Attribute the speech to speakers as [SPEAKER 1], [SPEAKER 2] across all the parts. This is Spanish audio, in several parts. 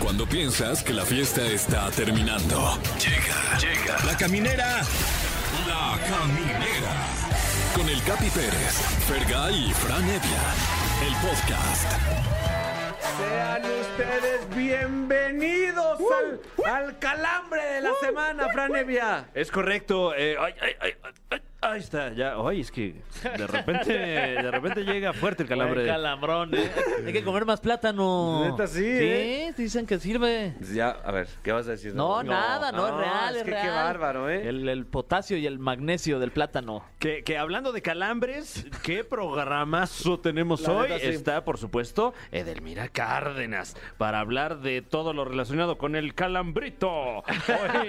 [SPEAKER 1] Cuando piensas que la fiesta está terminando. Llega, llega. La caminera. La caminera. Con el Capi Pérez, Fergay y Fran Evia. El podcast.
[SPEAKER 2] Sean ustedes
[SPEAKER 3] Uh,
[SPEAKER 2] bienvenidos al, al calambre de la semana, Franevia.
[SPEAKER 4] Es correcto. eh, ay, ay, ay, ay, ay, ahí está, ya. Ay, es que de repente, de repente llega fuerte el calambre.
[SPEAKER 3] El calambrón, ¿eh? Hay que comer más plátano.
[SPEAKER 2] Neta, sí,
[SPEAKER 3] Sí,
[SPEAKER 2] ¿eh?
[SPEAKER 3] dicen que sirve.
[SPEAKER 2] Ya, a ver, ¿qué vas a decir?
[SPEAKER 3] No, nada, no, es real,
[SPEAKER 2] Es
[SPEAKER 3] es
[SPEAKER 2] que
[SPEAKER 3] real.
[SPEAKER 2] qué bárbaro, ¿eh?
[SPEAKER 3] El, el potasio y el magnesio del plátano.
[SPEAKER 4] Que, que hablando de calambres, ¿qué programazo tenemos
[SPEAKER 2] La
[SPEAKER 4] hoy?
[SPEAKER 2] neta, sí.
[SPEAKER 4] Está, por supuesto, Edelmira Cárdenas para hablar de todo lo relacionado con el calambrito. Hoy,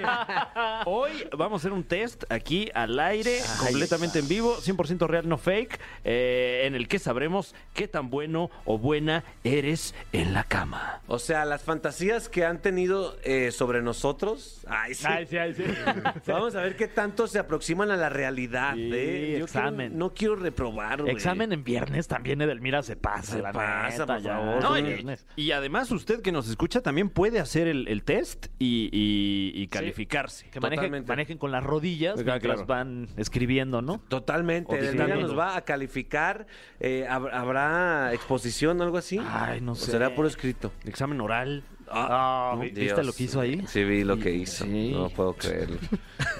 [SPEAKER 4] hoy vamos a hacer un test aquí al aire, completamente en vivo, 100% real, no fake, eh, en el que sabremos qué tan bueno o buena eres en la cama.
[SPEAKER 2] O sea, las fantasías que han tenido eh, sobre nosotros. Ay, sí. Vamos a ver qué tanto se aproximan a la realidad,
[SPEAKER 3] Sí,
[SPEAKER 2] ¿eh? quiero-
[SPEAKER 3] examen.
[SPEAKER 2] no quiero reprobar, güey.
[SPEAKER 3] Examen en viernes también, Edelmira se pasa.
[SPEAKER 2] Se
[SPEAKER 3] la
[SPEAKER 2] pasa,
[SPEAKER 3] neta,
[SPEAKER 2] por
[SPEAKER 3] ya,
[SPEAKER 2] favor.
[SPEAKER 4] No,
[SPEAKER 3] es
[SPEAKER 4] y-
[SPEAKER 3] viernes.
[SPEAKER 4] y además usted que nos escucha también puede hacer el, el test y, y- y calificarse.
[SPEAKER 3] que manejen,
[SPEAKER 2] Totalmente.
[SPEAKER 3] manejen con las rodillas
[SPEAKER 4] Ah,
[SPEAKER 3] mientras
[SPEAKER 4] claro.
[SPEAKER 3] van escribiendo, ¿no?
[SPEAKER 2] Totalmente.
[SPEAKER 3] O
[SPEAKER 2] Edelmira
[SPEAKER 3] discerniendo.
[SPEAKER 2] nos va a calificar. eh, ¿hab- ¿Habrá exposición o algo así?
[SPEAKER 3] Ay, no
[SPEAKER 2] ¿O
[SPEAKER 3] sé.
[SPEAKER 2] será puro escrito?
[SPEAKER 4] Examen oral.
[SPEAKER 3] Ah, ¿vi- ¿Viste
[SPEAKER 2] Dios.
[SPEAKER 3] lo que hizo ahí?
[SPEAKER 2] Sí, vi lo que hizo.
[SPEAKER 3] Sí. Oh,
[SPEAKER 2] No puedo creerlo.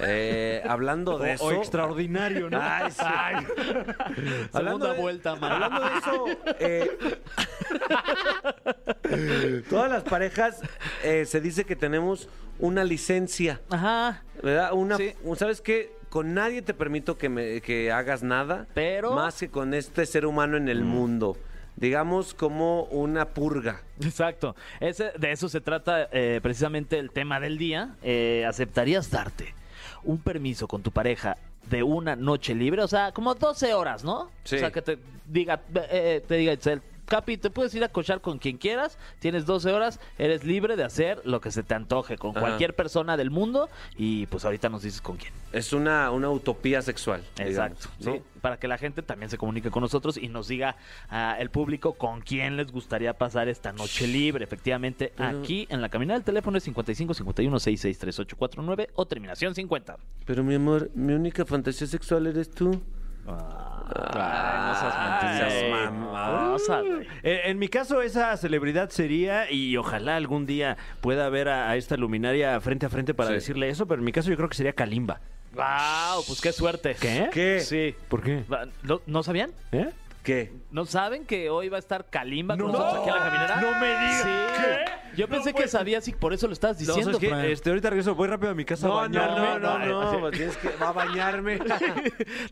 [SPEAKER 2] Eh, hablando de eso.
[SPEAKER 4] O extraordinario, ¿no?
[SPEAKER 2] Ay, sí. Hablando
[SPEAKER 3] Segunda
[SPEAKER 2] de-
[SPEAKER 3] vuelta, man.
[SPEAKER 2] Hablando de eso, eh, todas las parejas eh, se dice que tenemos una licencia,
[SPEAKER 3] Ajá.
[SPEAKER 2] ¿verdad? Una,
[SPEAKER 3] Sí.
[SPEAKER 2] un- ¿Sabes qué? Con nadie te permito que, me- que hagas nada,
[SPEAKER 3] Pero-
[SPEAKER 2] más que con este ser humano en
[SPEAKER 4] Mm.
[SPEAKER 2] el mundo. Digamos como una purga.
[SPEAKER 3] Exacto. Ese, de eso se trata eh, precisamente el tema del día. Eh, ¿Aceptarías darte un permiso con tu pareja de una noche libre? O sea, como 12 horas, ¿no?
[SPEAKER 2] Sí.
[SPEAKER 3] O sea, que te diga, eh, te diga Itzel, Capi, te puedes ir a cochar con quien quieras, tienes 12 horas, eres libre de hacer lo que se te antoje con
[SPEAKER 2] Ajá.
[SPEAKER 3] cualquier persona del mundo y pues ahorita nos dices con quién.
[SPEAKER 2] Es una, una utopía sexual. digamos,
[SPEAKER 3] Exacto.
[SPEAKER 2] ¿no?
[SPEAKER 3] Sí, Para que la gente también se comunique con nosotros y nos diga ah, el público con quién les gustaría pasar esta noche libre. Efectivamente,
[SPEAKER 2] Pero-
[SPEAKER 3] aquí en la caminada del teléfono es 55 51 66 3849 o terminación 50.
[SPEAKER 2] Pero mi amor, mi única fantasía sexual eres tú.
[SPEAKER 3] Ay,
[SPEAKER 2] seas
[SPEAKER 3] no seas mentirosa, güey.
[SPEAKER 4] Ah, Eh, en mi caso, esa celebridad sería, y ojalá algún día pueda ver a, a esta luminaria frente a frente para
[SPEAKER 2] Sí.
[SPEAKER 4] decirle eso, pero en mi caso yo creo que sería Kalimba.
[SPEAKER 3] Wow, pues qué suerte.
[SPEAKER 4] ¿Qué?
[SPEAKER 2] ¿Qué?
[SPEAKER 4] Sí. ¿Por qué?
[SPEAKER 3] Va, ¿No, no sabían?
[SPEAKER 4] ¿Eh?
[SPEAKER 2] ¿Qué?
[SPEAKER 3] ¿No saben que hoy va a estar Kalimba con
[SPEAKER 4] No.
[SPEAKER 3] nosotros aquí en la caminera?
[SPEAKER 4] No me digas.
[SPEAKER 3] Sí. Yo pensé que sabías y por eso lo estabas
[SPEAKER 4] No,
[SPEAKER 3] diciendo,
[SPEAKER 4] ¿sabes qué?
[SPEAKER 3] Fran.
[SPEAKER 4] Este, ahorita regreso, voy rápido a mi casa a
[SPEAKER 2] No, no,
[SPEAKER 4] bañarme.
[SPEAKER 2] no, no, no,
[SPEAKER 4] Ay,
[SPEAKER 2] pues tienes que, va a bañarme.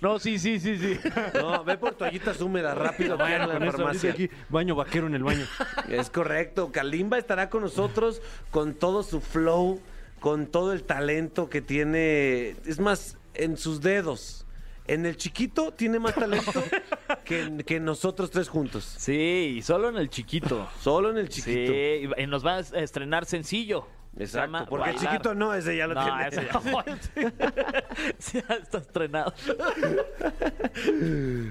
[SPEAKER 3] No, sí, sí, sí, sí.
[SPEAKER 2] No, ve por toallitas húmedas rápido, vayan a
[SPEAKER 4] Con
[SPEAKER 2] la
[SPEAKER 4] eso, dice
[SPEAKER 2] farmacia.
[SPEAKER 4] aquí, baño vaquero en el baño.
[SPEAKER 2] Es correcto, Kalimba estará con nosotros con todo su flow, con todo el talento que tiene, es más, en sus dedos. En el chiquito tiene más talento que, en- que nosotros tres juntos.
[SPEAKER 3] Sí, y solo en el chiquito.
[SPEAKER 2] Solo en el chiquito.
[SPEAKER 3] Sí, y nos va a estrenar sencillo. Se
[SPEAKER 2] Exacto,
[SPEAKER 3] llama
[SPEAKER 2] porque el
[SPEAKER 3] Bailar.
[SPEAKER 2] chiquito no, ese ya lo
[SPEAKER 3] No,
[SPEAKER 2] tiene.
[SPEAKER 3] ese ya- Sí, ya está estrenado.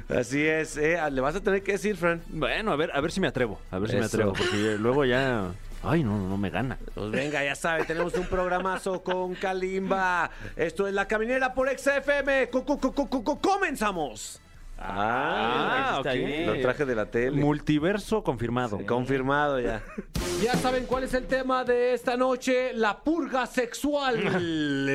[SPEAKER 2] Así es, eh, le vas a tener que decir, Fran.
[SPEAKER 4] Bueno, a ver, a ver si me atrevo. A ver si me
[SPEAKER 2] Eso.
[SPEAKER 4] atrevo. Porque ya- luego ya. Ay, no, no me gana.
[SPEAKER 2] Pues venga, ya sabe, tenemos un programazo con Kalimba. Esto es La Caminera por XFM. Co- co- co- co- co- co- comenzamos.
[SPEAKER 4] Ah,
[SPEAKER 3] está
[SPEAKER 4] ok.
[SPEAKER 3] bien.
[SPEAKER 2] Lo traje de la tele.
[SPEAKER 4] Multiverso confirmado.
[SPEAKER 2] Confirmado ya. Ya saben cuál es el tema de esta noche, la purga sexual.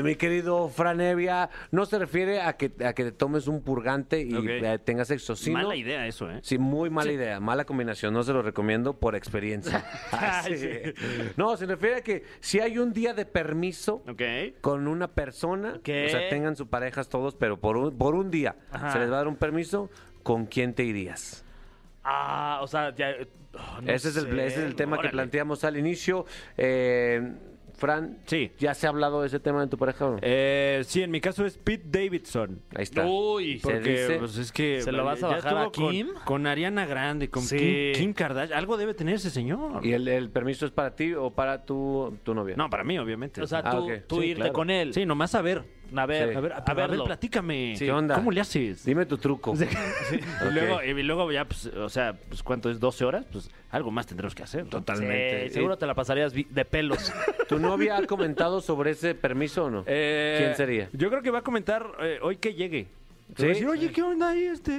[SPEAKER 2] Mi querido Franevia, no se refiere a que, a que te tomes un purgante y
[SPEAKER 4] Ok.
[SPEAKER 2] eh, tengas sexo, sino...
[SPEAKER 4] Mala idea eso, ¿eh?
[SPEAKER 2] Sí, muy mala idea, mala combinación, no se lo recomiendo por experiencia. Ah, sí. No, se refiere a que si hay un día de permiso
[SPEAKER 4] Ok.
[SPEAKER 2] con una persona,
[SPEAKER 3] ¿Qué?
[SPEAKER 2] o sea, tengan sus parejas todos, pero por un, por un día
[SPEAKER 3] Ajá.
[SPEAKER 2] se les va a dar un permiso, ¿con quién te irías?
[SPEAKER 3] Ah, o sea, ya. oh, no
[SPEAKER 2] ese, es el,
[SPEAKER 3] sé.
[SPEAKER 2] ese es el tema
[SPEAKER 4] órale.
[SPEAKER 2] que planteamos al inicio. Eh, Fran,
[SPEAKER 4] Sí.
[SPEAKER 2] ¿ya se ha hablado de ese tema en tu pareja? o no?
[SPEAKER 4] Eh, sí, en mi caso es Pete Davidson.
[SPEAKER 2] Ahí está.
[SPEAKER 3] Uy,
[SPEAKER 2] Se dice-
[SPEAKER 4] Porque pues, es que.
[SPEAKER 3] ¿Se lo vas a
[SPEAKER 4] ya
[SPEAKER 3] bajar a
[SPEAKER 4] estuvo con-
[SPEAKER 3] Kim?
[SPEAKER 4] Con, Ariana Grande, con
[SPEAKER 3] Sí.
[SPEAKER 4] Kim, Kim Kardashian. Algo debe tener ese señor.
[SPEAKER 2] ¿Y el, el permiso es para ti o para tu, tu novia?
[SPEAKER 4] No, para mí, obviamente.
[SPEAKER 3] O sea, tú,
[SPEAKER 2] Ah, ok.
[SPEAKER 3] tú
[SPEAKER 4] Sí,
[SPEAKER 3] irte
[SPEAKER 4] claro.
[SPEAKER 3] con él.
[SPEAKER 4] Sí, nomás a ver.
[SPEAKER 3] A ver,
[SPEAKER 2] Sí.
[SPEAKER 3] a ver,
[SPEAKER 4] A ver,
[SPEAKER 3] verlo.
[SPEAKER 4] platícame.
[SPEAKER 3] Sí.
[SPEAKER 2] ¿Qué onda?
[SPEAKER 4] ¿Cómo le haces?
[SPEAKER 2] Dime tu truco.
[SPEAKER 4] Y, luego, y luego ya, pues, o sea, pues, ¿cuánto es? ¿12 horas? Pues algo más tendremos que hacer. ¿no?
[SPEAKER 3] Sí, Eh, seguro te la pasarías vi- de pelos.
[SPEAKER 2] ¿Tu novia ha comentado sobre ese permiso o no?
[SPEAKER 4] Eh,
[SPEAKER 2] ¿Quién sería?
[SPEAKER 4] Yo creo que va a comentar eh, hoy que llegue.
[SPEAKER 2] ¿Sí?
[SPEAKER 4] Va a decir, oye, ¿qué onda ahí este?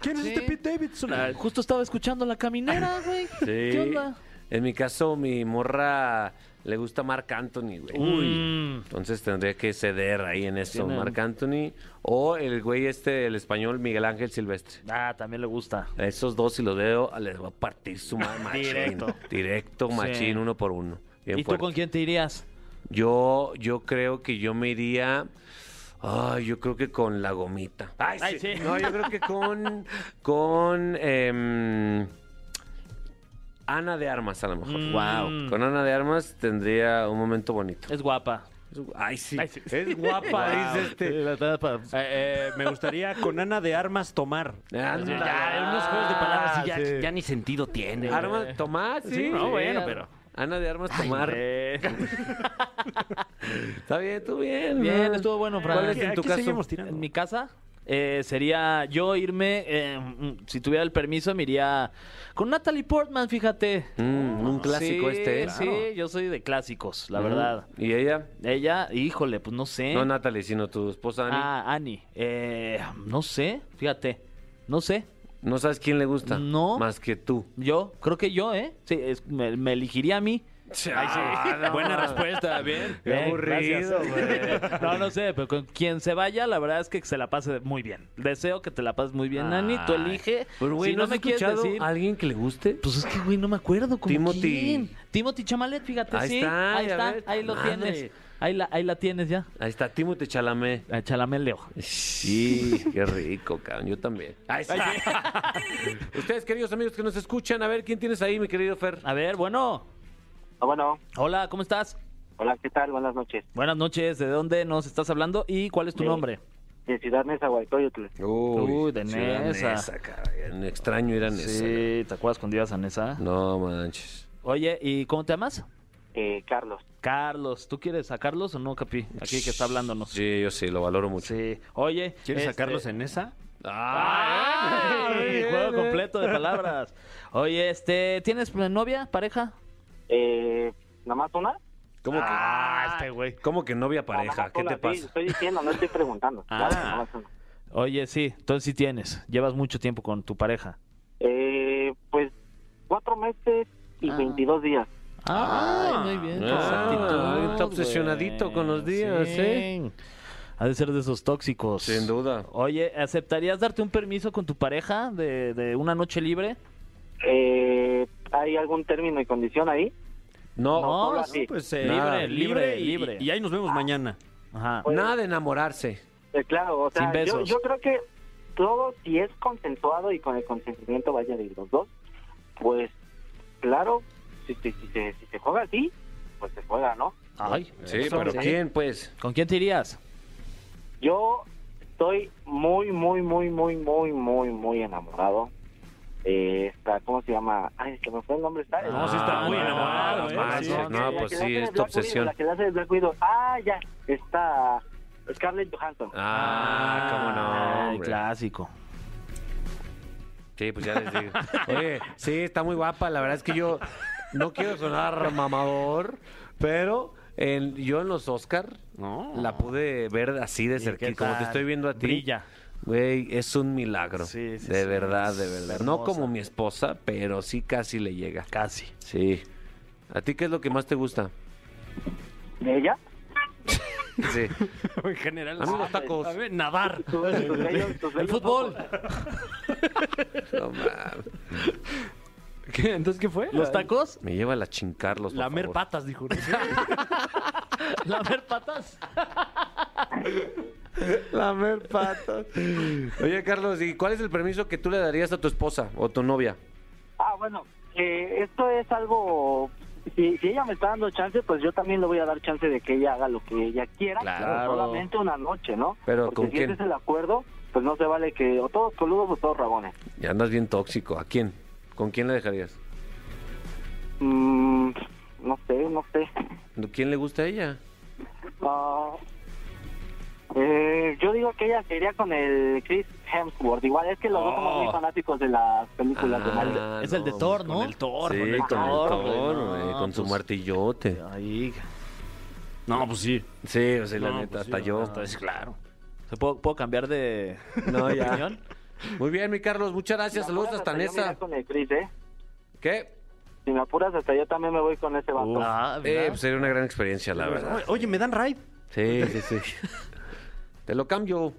[SPEAKER 4] ¿Quién es
[SPEAKER 3] Sí.
[SPEAKER 4] este Pete Davidson? Ah,
[SPEAKER 3] Justo estaba escuchando la caminera, güey. ¿Qué onda?
[SPEAKER 2] En mi caso, mi morra le gusta Marc Anthony, güey.
[SPEAKER 3] Uy.
[SPEAKER 2] Entonces tendría que ceder ahí en eso,
[SPEAKER 3] Tienen-
[SPEAKER 2] Marc Anthony. O el güey este, el español, Miguel Ángel Silvestre.
[SPEAKER 3] Ah, también le gusta.
[SPEAKER 2] A esos dos, si los veo, les va a partir su madre. machín.
[SPEAKER 3] Directo.
[SPEAKER 2] Directo, machín,
[SPEAKER 3] Sí.
[SPEAKER 2] uno por uno. Bien
[SPEAKER 3] ¿Y tú
[SPEAKER 2] fuerte.
[SPEAKER 3] con quién te irías?
[SPEAKER 2] Yo, yo creo que yo me iría. Ay, yo creo que con la gomita. Ay,
[SPEAKER 3] Ay, sí.
[SPEAKER 2] No, yo creo que con. Con. em, Ana de Armas, a lo mejor.
[SPEAKER 3] Wow.
[SPEAKER 2] Con Ana de Armas tendría un momento bonito.
[SPEAKER 3] Es guapa.
[SPEAKER 2] Ay, sí.
[SPEAKER 3] Ay, sí.
[SPEAKER 2] Es guapa, dice este.
[SPEAKER 4] eh, eh, me gustaría con Ana de Armas tomar.
[SPEAKER 2] Ándale.
[SPEAKER 4] Ah, Ya, unos juegos de palabras y ya, ya ni sentido tiene.
[SPEAKER 2] Armas, Tomás, sí.
[SPEAKER 4] Sí, no, bueno,
[SPEAKER 3] Sí.
[SPEAKER 4] pero.
[SPEAKER 2] Ana de Armas, Tomar. Está bien, tú bien.
[SPEAKER 3] Bien,
[SPEAKER 2] ¿no?
[SPEAKER 3] estuvo bueno, Fran.
[SPEAKER 2] ¿Cuál es en
[SPEAKER 4] Aquí-
[SPEAKER 2] tu
[SPEAKER 4] aquí
[SPEAKER 2] caso?
[SPEAKER 4] seguimos tirando.
[SPEAKER 3] Ah. En mi casa eh, sería yo irme, eh, mm, si tuviera el permiso, me iría con Natalie Portman, fíjate. Ah,
[SPEAKER 2] Mm, un clásico
[SPEAKER 3] Sí,
[SPEAKER 2] este, ¿eh?
[SPEAKER 3] Sí, yo soy de clásicos, la
[SPEAKER 2] Mm.
[SPEAKER 3] verdad.
[SPEAKER 2] ¿Y ella?
[SPEAKER 3] Ella, híjole, pues no sé.
[SPEAKER 2] No Natalie, sino tu esposa Ani.
[SPEAKER 3] Ah, Annie. Eh, no sé, fíjate. No sé.
[SPEAKER 2] ¿No sabes quién le gusta?
[SPEAKER 3] No.
[SPEAKER 2] Más que tú.
[SPEAKER 3] Yo, creo que yo, ¿eh? Sí, es- me, me elegiría a mí.
[SPEAKER 2] Ah, no.
[SPEAKER 4] Buena respuesta, bien.
[SPEAKER 2] Qué
[SPEAKER 3] Bien,
[SPEAKER 2] aburrido, güey.
[SPEAKER 3] No, no sé, pero con quien se vaya, la verdad es que se la pase muy bien. Deseo que te la pases muy bien, Nani. Tú elige.
[SPEAKER 2] Pero, güey,
[SPEAKER 3] si
[SPEAKER 2] ¿no,
[SPEAKER 3] no,
[SPEAKER 2] has
[SPEAKER 3] me quieres
[SPEAKER 2] escuchado
[SPEAKER 3] decir.
[SPEAKER 2] a alguien que le guste?
[SPEAKER 3] Pues es que, güey, no me acuerdo. ¿cómo
[SPEAKER 2] Timothy.
[SPEAKER 3] quién? Timothy Chamalet, fíjate,
[SPEAKER 2] Ahí
[SPEAKER 3] sí.
[SPEAKER 2] está,
[SPEAKER 3] ahí
[SPEAKER 2] ya
[SPEAKER 3] está,
[SPEAKER 2] ves,
[SPEAKER 3] ahí lo
[SPEAKER 2] madre.
[SPEAKER 3] tienes. Ahí la, ahí la tienes ya.
[SPEAKER 2] Ahí está, Timote Chalamet.
[SPEAKER 3] A Chalameleo.
[SPEAKER 2] Sí, qué rico, cabrón. Yo también. Ay, sí. Ustedes, queridos amigos que nos escuchan, a ver, ¿quién tienes ahí, mi querido Fer?
[SPEAKER 3] A ver, bueno.
[SPEAKER 5] Ah, bueno,
[SPEAKER 3] Hola, ¿cómo estás?
[SPEAKER 5] hola, ¿qué tal? Buenas noches.
[SPEAKER 3] Buenas noches. ¿De dónde nos estás hablando y cuál es tu
[SPEAKER 5] Sí.
[SPEAKER 3] nombre?
[SPEAKER 5] De Ciudad Nezahualcóyotl.
[SPEAKER 3] Uy, de
[SPEAKER 2] Ciudad
[SPEAKER 3] Nesa.
[SPEAKER 2] caray. Un extraño ir a Nesa.
[SPEAKER 3] ¿te acuerdas cuando ibas a Nesa?
[SPEAKER 2] ¿eh? No manches.
[SPEAKER 3] Oye, ¿y cómo te llamas?
[SPEAKER 5] Eh, Carlos,
[SPEAKER 3] Carlos. ¿Tú quieres a Carlos o no, Capi? Aquí que está hablándonos.
[SPEAKER 2] Sí, yo sí, lo valoro mucho.
[SPEAKER 3] Sí. Oye.
[SPEAKER 4] ¿Quieres
[SPEAKER 3] este-
[SPEAKER 4] sacarlos en esa?
[SPEAKER 3] ¡Ah!
[SPEAKER 2] Ah,
[SPEAKER 3] Ay,
[SPEAKER 2] bien,
[SPEAKER 3] Juego
[SPEAKER 2] eh.
[SPEAKER 3] completo de palabras. Oye, este, ¿tienes novia, pareja?
[SPEAKER 5] eh, ¿nada más una?
[SPEAKER 2] ¿eh? ¿Cómo que,
[SPEAKER 3] este güey.
[SPEAKER 2] ¿Cómo que novia
[SPEAKER 5] Ah, nada
[SPEAKER 2] pareja?
[SPEAKER 5] más
[SPEAKER 2] ¿Qué
[SPEAKER 5] una,
[SPEAKER 2] te
[SPEAKER 5] sí,
[SPEAKER 2] pasa?
[SPEAKER 5] estoy diciendo, no estoy preguntando.
[SPEAKER 4] Ah.
[SPEAKER 5] Claro, nada más una.
[SPEAKER 3] Oye, sí, entonces sí tienes. Llevas mucho tiempo con tu pareja.
[SPEAKER 5] Eh, pues cuatro meses y
[SPEAKER 3] Ah.
[SPEAKER 5] 22 días.
[SPEAKER 3] Ay, muy bien.
[SPEAKER 2] Ah, está obsesionadito con los días,
[SPEAKER 3] ¿eh? Ha de ser de esos tóxicos.
[SPEAKER 2] Sin duda.
[SPEAKER 3] Oye, ¿aceptarías darte un permiso con tu pareja de, de una noche libre?
[SPEAKER 5] Eh, ¿Hay algún término y condición ahí?
[SPEAKER 2] No,
[SPEAKER 5] Hola,
[SPEAKER 3] sí.
[SPEAKER 5] sí.
[SPEAKER 4] Pues
[SPEAKER 2] Nada.
[SPEAKER 4] libre, libre, libre.
[SPEAKER 3] eh, libre.
[SPEAKER 4] Y, y ahí nos vemos mañana.
[SPEAKER 3] Ajá.
[SPEAKER 2] nada de enamorarse.
[SPEAKER 5] Eh, claro, o
[SPEAKER 3] Sin
[SPEAKER 5] sea, yo,
[SPEAKER 3] besos.
[SPEAKER 5] yo creo que todo si es consensuado y con el consentimiento vaya de los dos, pues claro, si, si, si se- si se juega así, pues se juega, ¿no?
[SPEAKER 3] Ay,
[SPEAKER 2] Sí,
[SPEAKER 3] eso,
[SPEAKER 2] pero ¿quién, pues?
[SPEAKER 3] ¿Con quién te irías?
[SPEAKER 5] Yo estoy muy, muy, muy, muy, muy, muy, muy enamorado. Eh, esta, ¿cómo se llama? Ay, se me fue el nombre. ¿está?
[SPEAKER 4] No, sí está muy
[SPEAKER 2] no,
[SPEAKER 4] enamorado,
[SPEAKER 2] Ah, no
[SPEAKER 4] ¿eh?
[SPEAKER 2] manches,
[SPEAKER 4] Sí,
[SPEAKER 2] no,
[SPEAKER 5] La
[SPEAKER 2] pues
[SPEAKER 5] que le
[SPEAKER 2] sí,
[SPEAKER 5] hace de
[SPEAKER 2] es tu
[SPEAKER 5] Black Widow,
[SPEAKER 2] obsesión.
[SPEAKER 5] La que le hace de Black Widow. Ah, ya, está Scarlett Johansson.
[SPEAKER 2] Ah, cómo no.
[SPEAKER 3] Ay,
[SPEAKER 2] hombre.
[SPEAKER 3] clásico.
[SPEAKER 2] Sí, pues ya les digo. Oye, sí, está muy guapa. La verdad es que yo no quiero sonar mamador, pero en- yo en los Oscar
[SPEAKER 4] No.
[SPEAKER 2] la pude ver así de cerquita,
[SPEAKER 3] qué
[SPEAKER 2] como te
[SPEAKER 3] tal?
[SPEAKER 2] estoy viendo a ti.
[SPEAKER 3] Brilla.
[SPEAKER 2] Güey, es un milagro.
[SPEAKER 3] Sí, sí,
[SPEAKER 2] de
[SPEAKER 3] sí,
[SPEAKER 2] verdad,
[SPEAKER 3] es
[SPEAKER 2] de verdad. No
[SPEAKER 3] hermosa.
[SPEAKER 2] como mi esposa, pero sí casi le llega.
[SPEAKER 3] Casi.
[SPEAKER 2] Sí. ¿A ti qué es lo que más te gusta?
[SPEAKER 5] ¿De ella?
[SPEAKER 2] Ah. Sí.
[SPEAKER 4] En general.
[SPEAKER 2] A mí
[SPEAKER 4] sí.
[SPEAKER 2] los tacos.
[SPEAKER 4] A ver, nadar.
[SPEAKER 5] Tus- tus bellos- tus
[SPEAKER 3] El
[SPEAKER 5] bellos
[SPEAKER 3] fútbol.
[SPEAKER 5] ojos.
[SPEAKER 2] No mames.
[SPEAKER 4] ¿Qué? ¿Entonces qué fue?
[SPEAKER 3] ¿Los tacos?
[SPEAKER 2] Me lleva la chincarlos. por
[SPEAKER 4] Lamer
[SPEAKER 2] favor.
[SPEAKER 4] patas, dijo.
[SPEAKER 3] ¿Lamer patas?
[SPEAKER 2] Lamer patas. Oye, Carlos, ¿y cuál es el permiso que tú le darías a tu esposa o tu novia?
[SPEAKER 5] Ah, bueno, eh, esto es algo... Si, si ella me está dando chance, pues yo también le voy a dar chance de que ella haga lo que ella quiera.
[SPEAKER 2] Claro.
[SPEAKER 5] Solamente una noche, ¿no?
[SPEAKER 2] Pero,
[SPEAKER 5] Porque
[SPEAKER 2] ¿con
[SPEAKER 5] si
[SPEAKER 2] quién?
[SPEAKER 5] ese es el acuerdo, pues no se vale que o todos coludos o todos rabones.
[SPEAKER 2] Ya andas bien tóxico. ¿A quién? ¿Con quién le dejarías?
[SPEAKER 5] Mm, no sé, no sé.
[SPEAKER 2] ¿No- ¿Quién le gusta a ella?
[SPEAKER 5] Ah, Eh, yo digo que ella sería con el Chris Hemsworth. Igual es que los dos somos muy fanáticos de las películas de Marvel.
[SPEAKER 2] Oh. Ah,
[SPEAKER 3] es el de
[SPEAKER 2] no,
[SPEAKER 3] Thor,
[SPEAKER 4] Con
[SPEAKER 3] ¿no?
[SPEAKER 4] el Thor.
[SPEAKER 2] Sí,
[SPEAKER 4] con el
[SPEAKER 2] con el
[SPEAKER 4] Thor.
[SPEAKER 2] Thor,
[SPEAKER 3] no,
[SPEAKER 2] güey, con su
[SPEAKER 3] pues-
[SPEAKER 2] martillote.
[SPEAKER 3] Ay,
[SPEAKER 4] No, pues sí.
[SPEAKER 2] Sí, o sea, la
[SPEAKER 4] No,
[SPEAKER 2] neta,
[SPEAKER 4] pues sí,
[SPEAKER 2] hasta
[SPEAKER 4] no,
[SPEAKER 2] yo.
[SPEAKER 4] hasta- es claro.
[SPEAKER 3] ¿se puedo, puedo cambiar de,
[SPEAKER 2] No,
[SPEAKER 3] de
[SPEAKER 2] ya.
[SPEAKER 3] opinión?
[SPEAKER 2] Muy bien, mi Carlos, muchas gracias.
[SPEAKER 5] Si me
[SPEAKER 2] Saludos
[SPEAKER 5] apuras,
[SPEAKER 2] hasta
[SPEAKER 5] yo me iría
[SPEAKER 2] Nesa.
[SPEAKER 5] con el Chris, ¿eh?
[SPEAKER 2] ¿Qué?
[SPEAKER 5] Si me apuras, hasta yo también me voy con ese vato.
[SPEAKER 3] Ah,
[SPEAKER 2] Eh,
[SPEAKER 3] mira.
[SPEAKER 2] pues sería una gran experiencia, la verdad.
[SPEAKER 4] Oye, me dan raid.
[SPEAKER 2] Sí, sí, sí. Te lo cambio.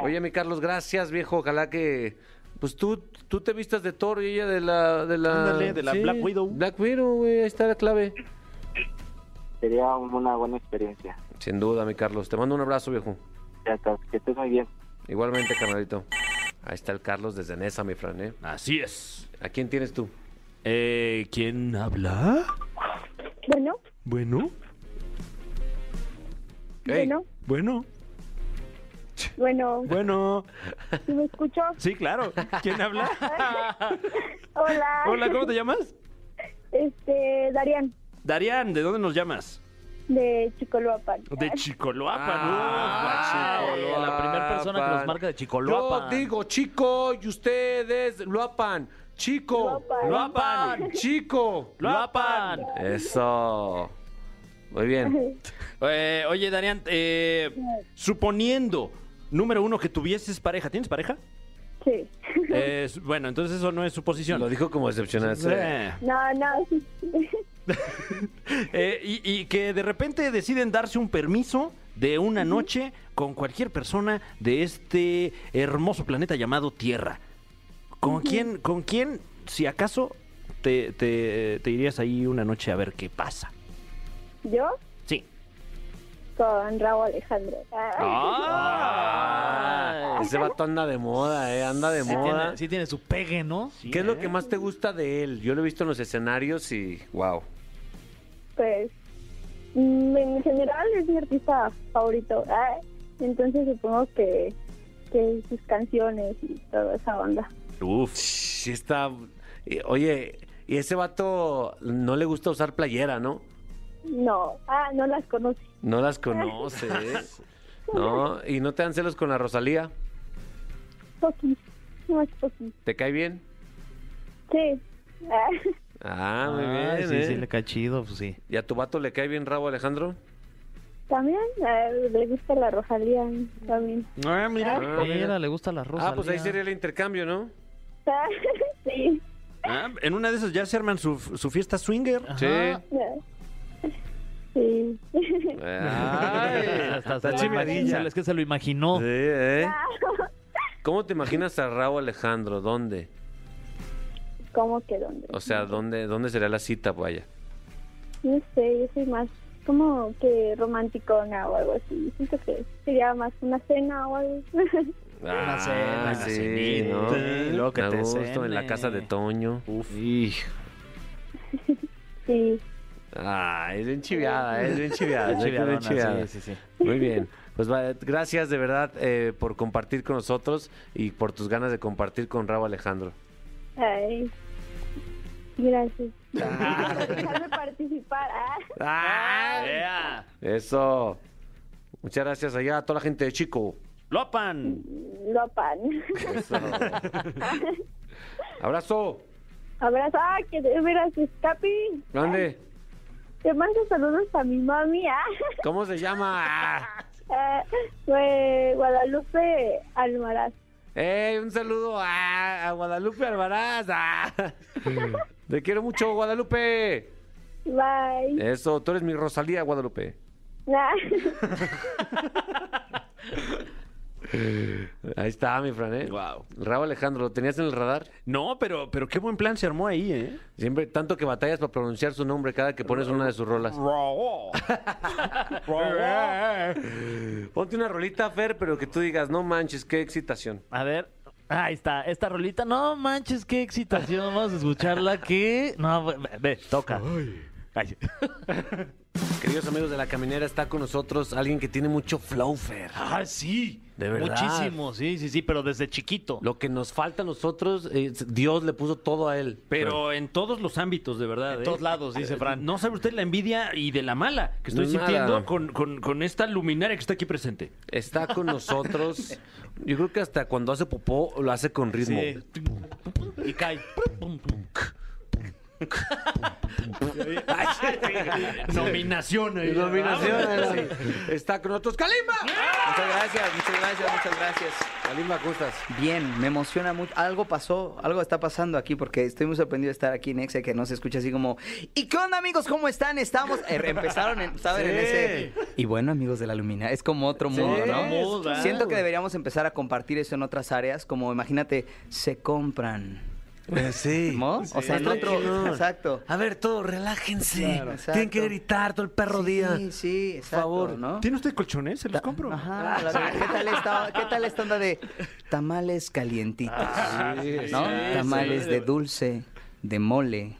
[SPEAKER 2] Oye, mi Carlos, gracias, viejo. Ojalá que. Pues tú, tú te vistas de Thor y ella de la. De la,
[SPEAKER 4] Ándale, de la Black Widow.
[SPEAKER 2] Black Widow, güey, ahí está la clave.
[SPEAKER 5] Sería una buena experiencia.
[SPEAKER 2] Sin duda, mi Carlos. Te mando un abrazo, viejo.
[SPEAKER 5] Ya estás, que estés muy bien.
[SPEAKER 2] Igualmente, carnalito. Ahí está el Carlos desde Nesa, mi Fran, ¿eh?
[SPEAKER 4] Así es.
[SPEAKER 2] ¿A quién tienes tú?
[SPEAKER 4] Eh, ¿Quién habla?
[SPEAKER 6] Bueno,
[SPEAKER 4] Bueno,
[SPEAKER 2] Ey,
[SPEAKER 6] bueno,
[SPEAKER 4] bueno,
[SPEAKER 6] bueno,
[SPEAKER 4] bueno.
[SPEAKER 6] ¿sí me escucho?
[SPEAKER 4] Sí, claro. ¿Quién habla?
[SPEAKER 6] Hola.
[SPEAKER 4] Hola, ¿cómo te llamas?
[SPEAKER 6] Este, Darían,
[SPEAKER 4] Darían, ¿de dónde nos llamas?
[SPEAKER 6] de Chicoloapan.
[SPEAKER 4] De Chicoloapan.
[SPEAKER 2] Ah,
[SPEAKER 4] Uf,
[SPEAKER 3] Chicoloapan. la primera persona que nos marca de Chicoloapan.
[SPEAKER 2] Yo digo chico y ustedes Luapan. Chico.
[SPEAKER 6] Luapan.
[SPEAKER 2] Luapan. Chico.
[SPEAKER 3] ¡Luapan!
[SPEAKER 2] Eso. Muy bien.
[SPEAKER 4] Eh, oye, Darían, eh, suponiendo, número uno, que tuvieses pareja. ¿Tienes pareja?
[SPEAKER 6] Sí.
[SPEAKER 4] Eh, su- bueno, entonces eso no es suposición.
[SPEAKER 2] Lo dijo como decepcionado.
[SPEAKER 4] Sí.
[SPEAKER 6] No, no, sí.
[SPEAKER 4] Eh, y, y que de repente deciden darse un permiso de una noche con cualquier persona de este hermoso planeta llamado Tierra. ¿Con quién, con quién si acaso, te, te- te irías ahí una noche a ver qué pasa?
[SPEAKER 6] Yo
[SPEAKER 4] Sí.
[SPEAKER 6] con Raúl Alejandro.
[SPEAKER 4] Ah.
[SPEAKER 2] Ah, Ese vato anda de moda, eh. Anda de
[SPEAKER 3] Sí
[SPEAKER 2] moda.
[SPEAKER 3] tiene, sí eh. tiene su pegue, ¿no?
[SPEAKER 2] ¿Qué es lo que más te gusta de él? Yo lo he visto en los escenarios y wow.
[SPEAKER 6] Pues, mm, en general es mi artista favorito. Ah, Entonces supongo que, que sus canciones y toda esa onda.
[SPEAKER 4] Uf.
[SPEAKER 2] Sí está. y- Oye, y ese vato no le gusta usar playera, ¿no?
[SPEAKER 6] No, ah, no las conoce.
[SPEAKER 2] No las conoces. No, y no te dan celos con la Rosalía.
[SPEAKER 6] Poquis, no es poquis.
[SPEAKER 2] ¿Te cae bien?
[SPEAKER 6] Sí. Ah,
[SPEAKER 2] Ah, muy
[SPEAKER 3] Ay,
[SPEAKER 2] bien.
[SPEAKER 3] sí,
[SPEAKER 2] ¿eh?
[SPEAKER 3] sí, le cae chido, pues sí.
[SPEAKER 2] ¿Y a tu vato le cae bien Rabo Alejandro?
[SPEAKER 6] También ah, le gusta la Rosalía, también.
[SPEAKER 4] mira.
[SPEAKER 2] Ah, mira.
[SPEAKER 3] Mira, le gusta la rosa.
[SPEAKER 2] Ah, pues ahí sería el intercambio, ¿no?
[SPEAKER 6] Ah, sí.
[SPEAKER 4] Ah, en una de esas ya se arman su, su fiesta swinger.
[SPEAKER 2] Sí.
[SPEAKER 6] Sí.
[SPEAKER 2] Ay,
[SPEAKER 3] Hasta,
[SPEAKER 2] está
[SPEAKER 3] hasta
[SPEAKER 2] chimadilla.
[SPEAKER 3] Es que se lo imaginó.
[SPEAKER 2] Sí, ¿eh? ¿Cómo te imaginas a Rabo Alejandro? ¿Dónde?
[SPEAKER 6] ¿Cómo que dónde?
[SPEAKER 2] O sea, ¿dónde, dónde sería la cita, vaya?
[SPEAKER 6] No sé, yo soy más como que romanticona o algo así. Siento que sería más una cena o algo.
[SPEAKER 2] Una
[SPEAKER 3] cena, una
[SPEAKER 2] Ah, sí,
[SPEAKER 3] cenita.
[SPEAKER 2] ¿no?
[SPEAKER 3] Y luego que
[SPEAKER 2] A
[SPEAKER 3] te
[SPEAKER 2] gusto, en la
[SPEAKER 3] cene.
[SPEAKER 2] casa de Toño.
[SPEAKER 3] Uf.
[SPEAKER 6] sí.
[SPEAKER 2] Ah, es bien chiviada, es bien chiviada, es bien
[SPEAKER 3] Chiviadona,
[SPEAKER 2] chiviada.
[SPEAKER 3] sí, sí, sí.
[SPEAKER 2] Muy bien. Pues va, gracias de verdad eh, por compartir con nosotros y por tus ganas de compartir con Rabo Alejandro.
[SPEAKER 6] Ay. Gracias. Por dejarme participar. Ah,
[SPEAKER 3] Ah,
[SPEAKER 2] Eso. Muchas gracias allá a toda la gente de Chico.
[SPEAKER 4] Lopan.
[SPEAKER 6] Lopan.
[SPEAKER 2] Eso. Abrazo.
[SPEAKER 6] Abrazo. Ah, que de veras, escapi.
[SPEAKER 2] Grande.
[SPEAKER 6] Te mando saludos a mi mami. Ah.
[SPEAKER 2] ¿Cómo se llama?
[SPEAKER 6] Ah, fue Guadalupe Almaraz.
[SPEAKER 2] ¡Ey! Eh, Un saludo a, a Guadalupe Alvaraz. Ah. Te quiero mucho, Guadalupe.
[SPEAKER 6] Bye.
[SPEAKER 2] Eso, tú eres mi Rosalía, Guadalupe.
[SPEAKER 6] Ah,
[SPEAKER 2] Ahí está, mi Fran, ¿eh?
[SPEAKER 4] Guau.
[SPEAKER 2] Rabo Alejandro, ¿lo tenías en el radar?
[SPEAKER 4] No, pero, pero qué buen plan se armó ahí, ¿eh?
[SPEAKER 2] Siempre, tanto que batallas para pronunciar su nombre cada que pones una de sus rolas. Ponte una rolita, Fer, pero que tú digas, no manches, qué excitación.
[SPEAKER 3] A ver. Ahí está, esta rolita. No manches, qué excitación. Vamos a escucharla. ¿Qué? No, ve, ve, toca. Ay.
[SPEAKER 2] Queridos amigos de la caminera, está con nosotros alguien que tiene mucho flow, Fer.
[SPEAKER 3] Ah, sí.
[SPEAKER 2] De verdad.
[SPEAKER 3] Muchísimo, sí, sí, sí, pero desde chiquito.
[SPEAKER 2] Lo que nos falta a nosotros, eh, Dios le puso todo a él.
[SPEAKER 4] Pero en todos los ámbitos, de verdad.
[SPEAKER 3] En
[SPEAKER 4] ¿eh?
[SPEAKER 3] todos lados, dice Fran.
[SPEAKER 4] No sabe usted la envidia y de la mala que estoy
[SPEAKER 2] Nada.
[SPEAKER 4] sintiendo con, con- con esta luminaria que está aquí presente.
[SPEAKER 2] Está con nosotros. Yo creo que hasta cuando hace popó lo hace con ritmo.
[SPEAKER 3] Sí. Y cae.
[SPEAKER 4] Nominación. eh.
[SPEAKER 2] Iluminación,
[SPEAKER 4] Vámonos.
[SPEAKER 2] eh, sí. Está con nosotros Kalimba.
[SPEAKER 7] Muchas gracias, muchas gracias, muchas gracias.
[SPEAKER 2] Kalimba, ¿cómo estás?
[SPEAKER 7] Bien, me emociona mucho. Algo pasó, algo está pasando aquí porque estoy muy sorprendido de estar aquí en Exa que no se escucha así como ¿Y qué onda amigos? ¿Cómo están? Estamos Eh, empezaron en, ¿saben? en ese Y bueno, amigos de la Lumina, es como otro mundo,
[SPEAKER 3] otro
[SPEAKER 7] ¿no?
[SPEAKER 3] mundo,
[SPEAKER 7] Siento
[SPEAKER 3] claro.
[SPEAKER 7] que deberíamos empezar a compartir eso en otras áreas, como imagínate, se compran.
[SPEAKER 2] Eh, sí.
[SPEAKER 7] ¿No? O sea, es otro- exacto.
[SPEAKER 2] A ver, todos relájense.
[SPEAKER 7] Claro, exacto.
[SPEAKER 2] Tienen que gritar todo el perro día.
[SPEAKER 7] Sí, sí, exacto,
[SPEAKER 2] favor.
[SPEAKER 7] ¿no?
[SPEAKER 4] ¿Tiene usted colchones? Se los compro.
[SPEAKER 7] Ajá, la- ¿qué, tal esta, ¿Qué tal esta onda de tamales calientitos? ¿no?
[SPEAKER 3] sí,
[SPEAKER 7] tamales
[SPEAKER 3] sí.
[SPEAKER 7] de dulce, de mole,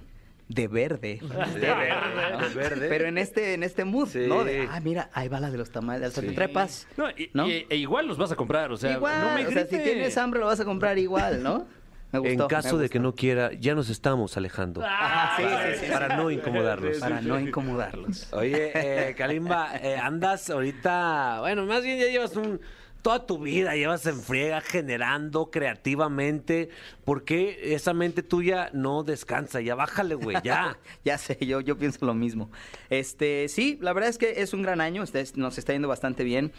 [SPEAKER 7] de verde. De verde.
[SPEAKER 2] verde.
[SPEAKER 7] Pero en este, en este mood,
[SPEAKER 2] Sí.
[SPEAKER 7] ¿no? De, ah, mira, ahí va la de los tamales, hasta te trepas.
[SPEAKER 4] No, y-
[SPEAKER 7] ¿No?
[SPEAKER 4] y- e igual los vas a comprar, o sea,
[SPEAKER 7] igual,
[SPEAKER 4] no me
[SPEAKER 7] o sea, si
[SPEAKER 4] grite.
[SPEAKER 7] tienes hambre lo vas a comprar igual, ¿no? Me gustó.
[SPEAKER 2] en caso
[SPEAKER 7] me
[SPEAKER 2] de que no quiera, ya nos estamos alejando.
[SPEAKER 7] gustó.
[SPEAKER 2] para,
[SPEAKER 7] Ah, Sí, sí, sí,
[SPEAKER 2] para no incomodarlos.
[SPEAKER 7] sí, Para no incomodarlos.
[SPEAKER 2] Oye, eh, Kalimba, eh, andas ahorita, bueno, más bien ya llevas un toda tu vida, llevas en friega generando creativamente. ¿Por qué esa mente tuya no descansa? Ya bájale, güey, ya.
[SPEAKER 7] Ya sé, yo, yo pienso lo mismo. Este, sí, la verdad es que es un gran año, este es- nos está yendo bastante bien.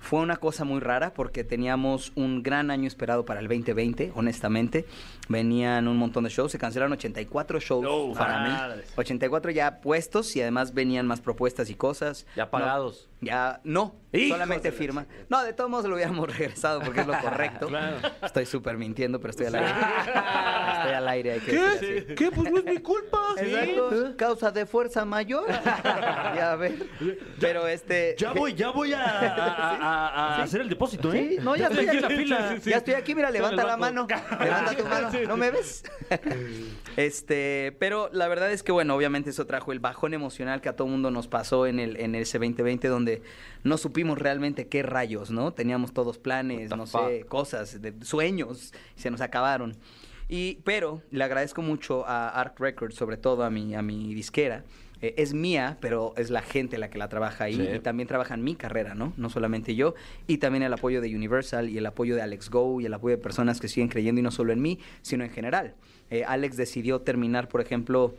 [SPEAKER 7] Fue una cosa muy rara porque teníamos un gran año esperado para el 2020, honestamente. Venían un montón de shows, se cancelaron 84 shows
[SPEAKER 3] No,
[SPEAKER 7] para mí.
[SPEAKER 3] madres.
[SPEAKER 7] 84 ya puestos y además venían más propuestas y cosas.
[SPEAKER 2] Ya
[SPEAKER 7] No,
[SPEAKER 2] pagados.
[SPEAKER 7] ya, no,
[SPEAKER 2] Hijos de
[SPEAKER 7] solamente
[SPEAKER 2] la
[SPEAKER 7] firma. No, de todos modos lo hubiéramos regresado porque es lo correcto. Estoy súper mintiendo, pero estoy al aire. estoy al aire, hay que decir así.
[SPEAKER 2] ¿Qué? Pues no es mi culpa.
[SPEAKER 7] Exacto. Causa de fuerza mayor. ¿Eh? ya a ver. Pero este.
[SPEAKER 4] Ya voy, ya voy a, a- a- a hacer el depósito, ¿eh?
[SPEAKER 7] Sí, no, ya estoy
[SPEAKER 4] aquí en la
[SPEAKER 7] aquí.
[SPEAKER 4] fila.
[SPEAKER 7] Ya estoy aquí, mira, levanta
[SPEAKER 4] el
[SPEAKER 7] la
[SPEAKER 4] banco.
[SPEAKER 7] mano. Levanta tu mano. ¿No me ves? este, pero la verdad es que, bueno, obviamente eso trajo el bajón emocional que a todo mundo nos pasó en el en ese 2020, donde no supimos realmente qué rayos, ¿no? Teníamos todos planes, no sé, cosas, de- sueños, y se nos acabaron. Y, pero le agradezco mucho a Arc Records, sobre todo a mi, a mi disquera. Eh, es mía, pero es la gente la que la trabaja ahí y también trabaja en mi carrera, ¿no? No solamente yo. Y también el apoyo de Universal y el apoyo de Alex Go y el apoyo de personas que siguen creyendo y no solo en mí, sino en general. Eh, Alex decidió terminar, por ejemplo,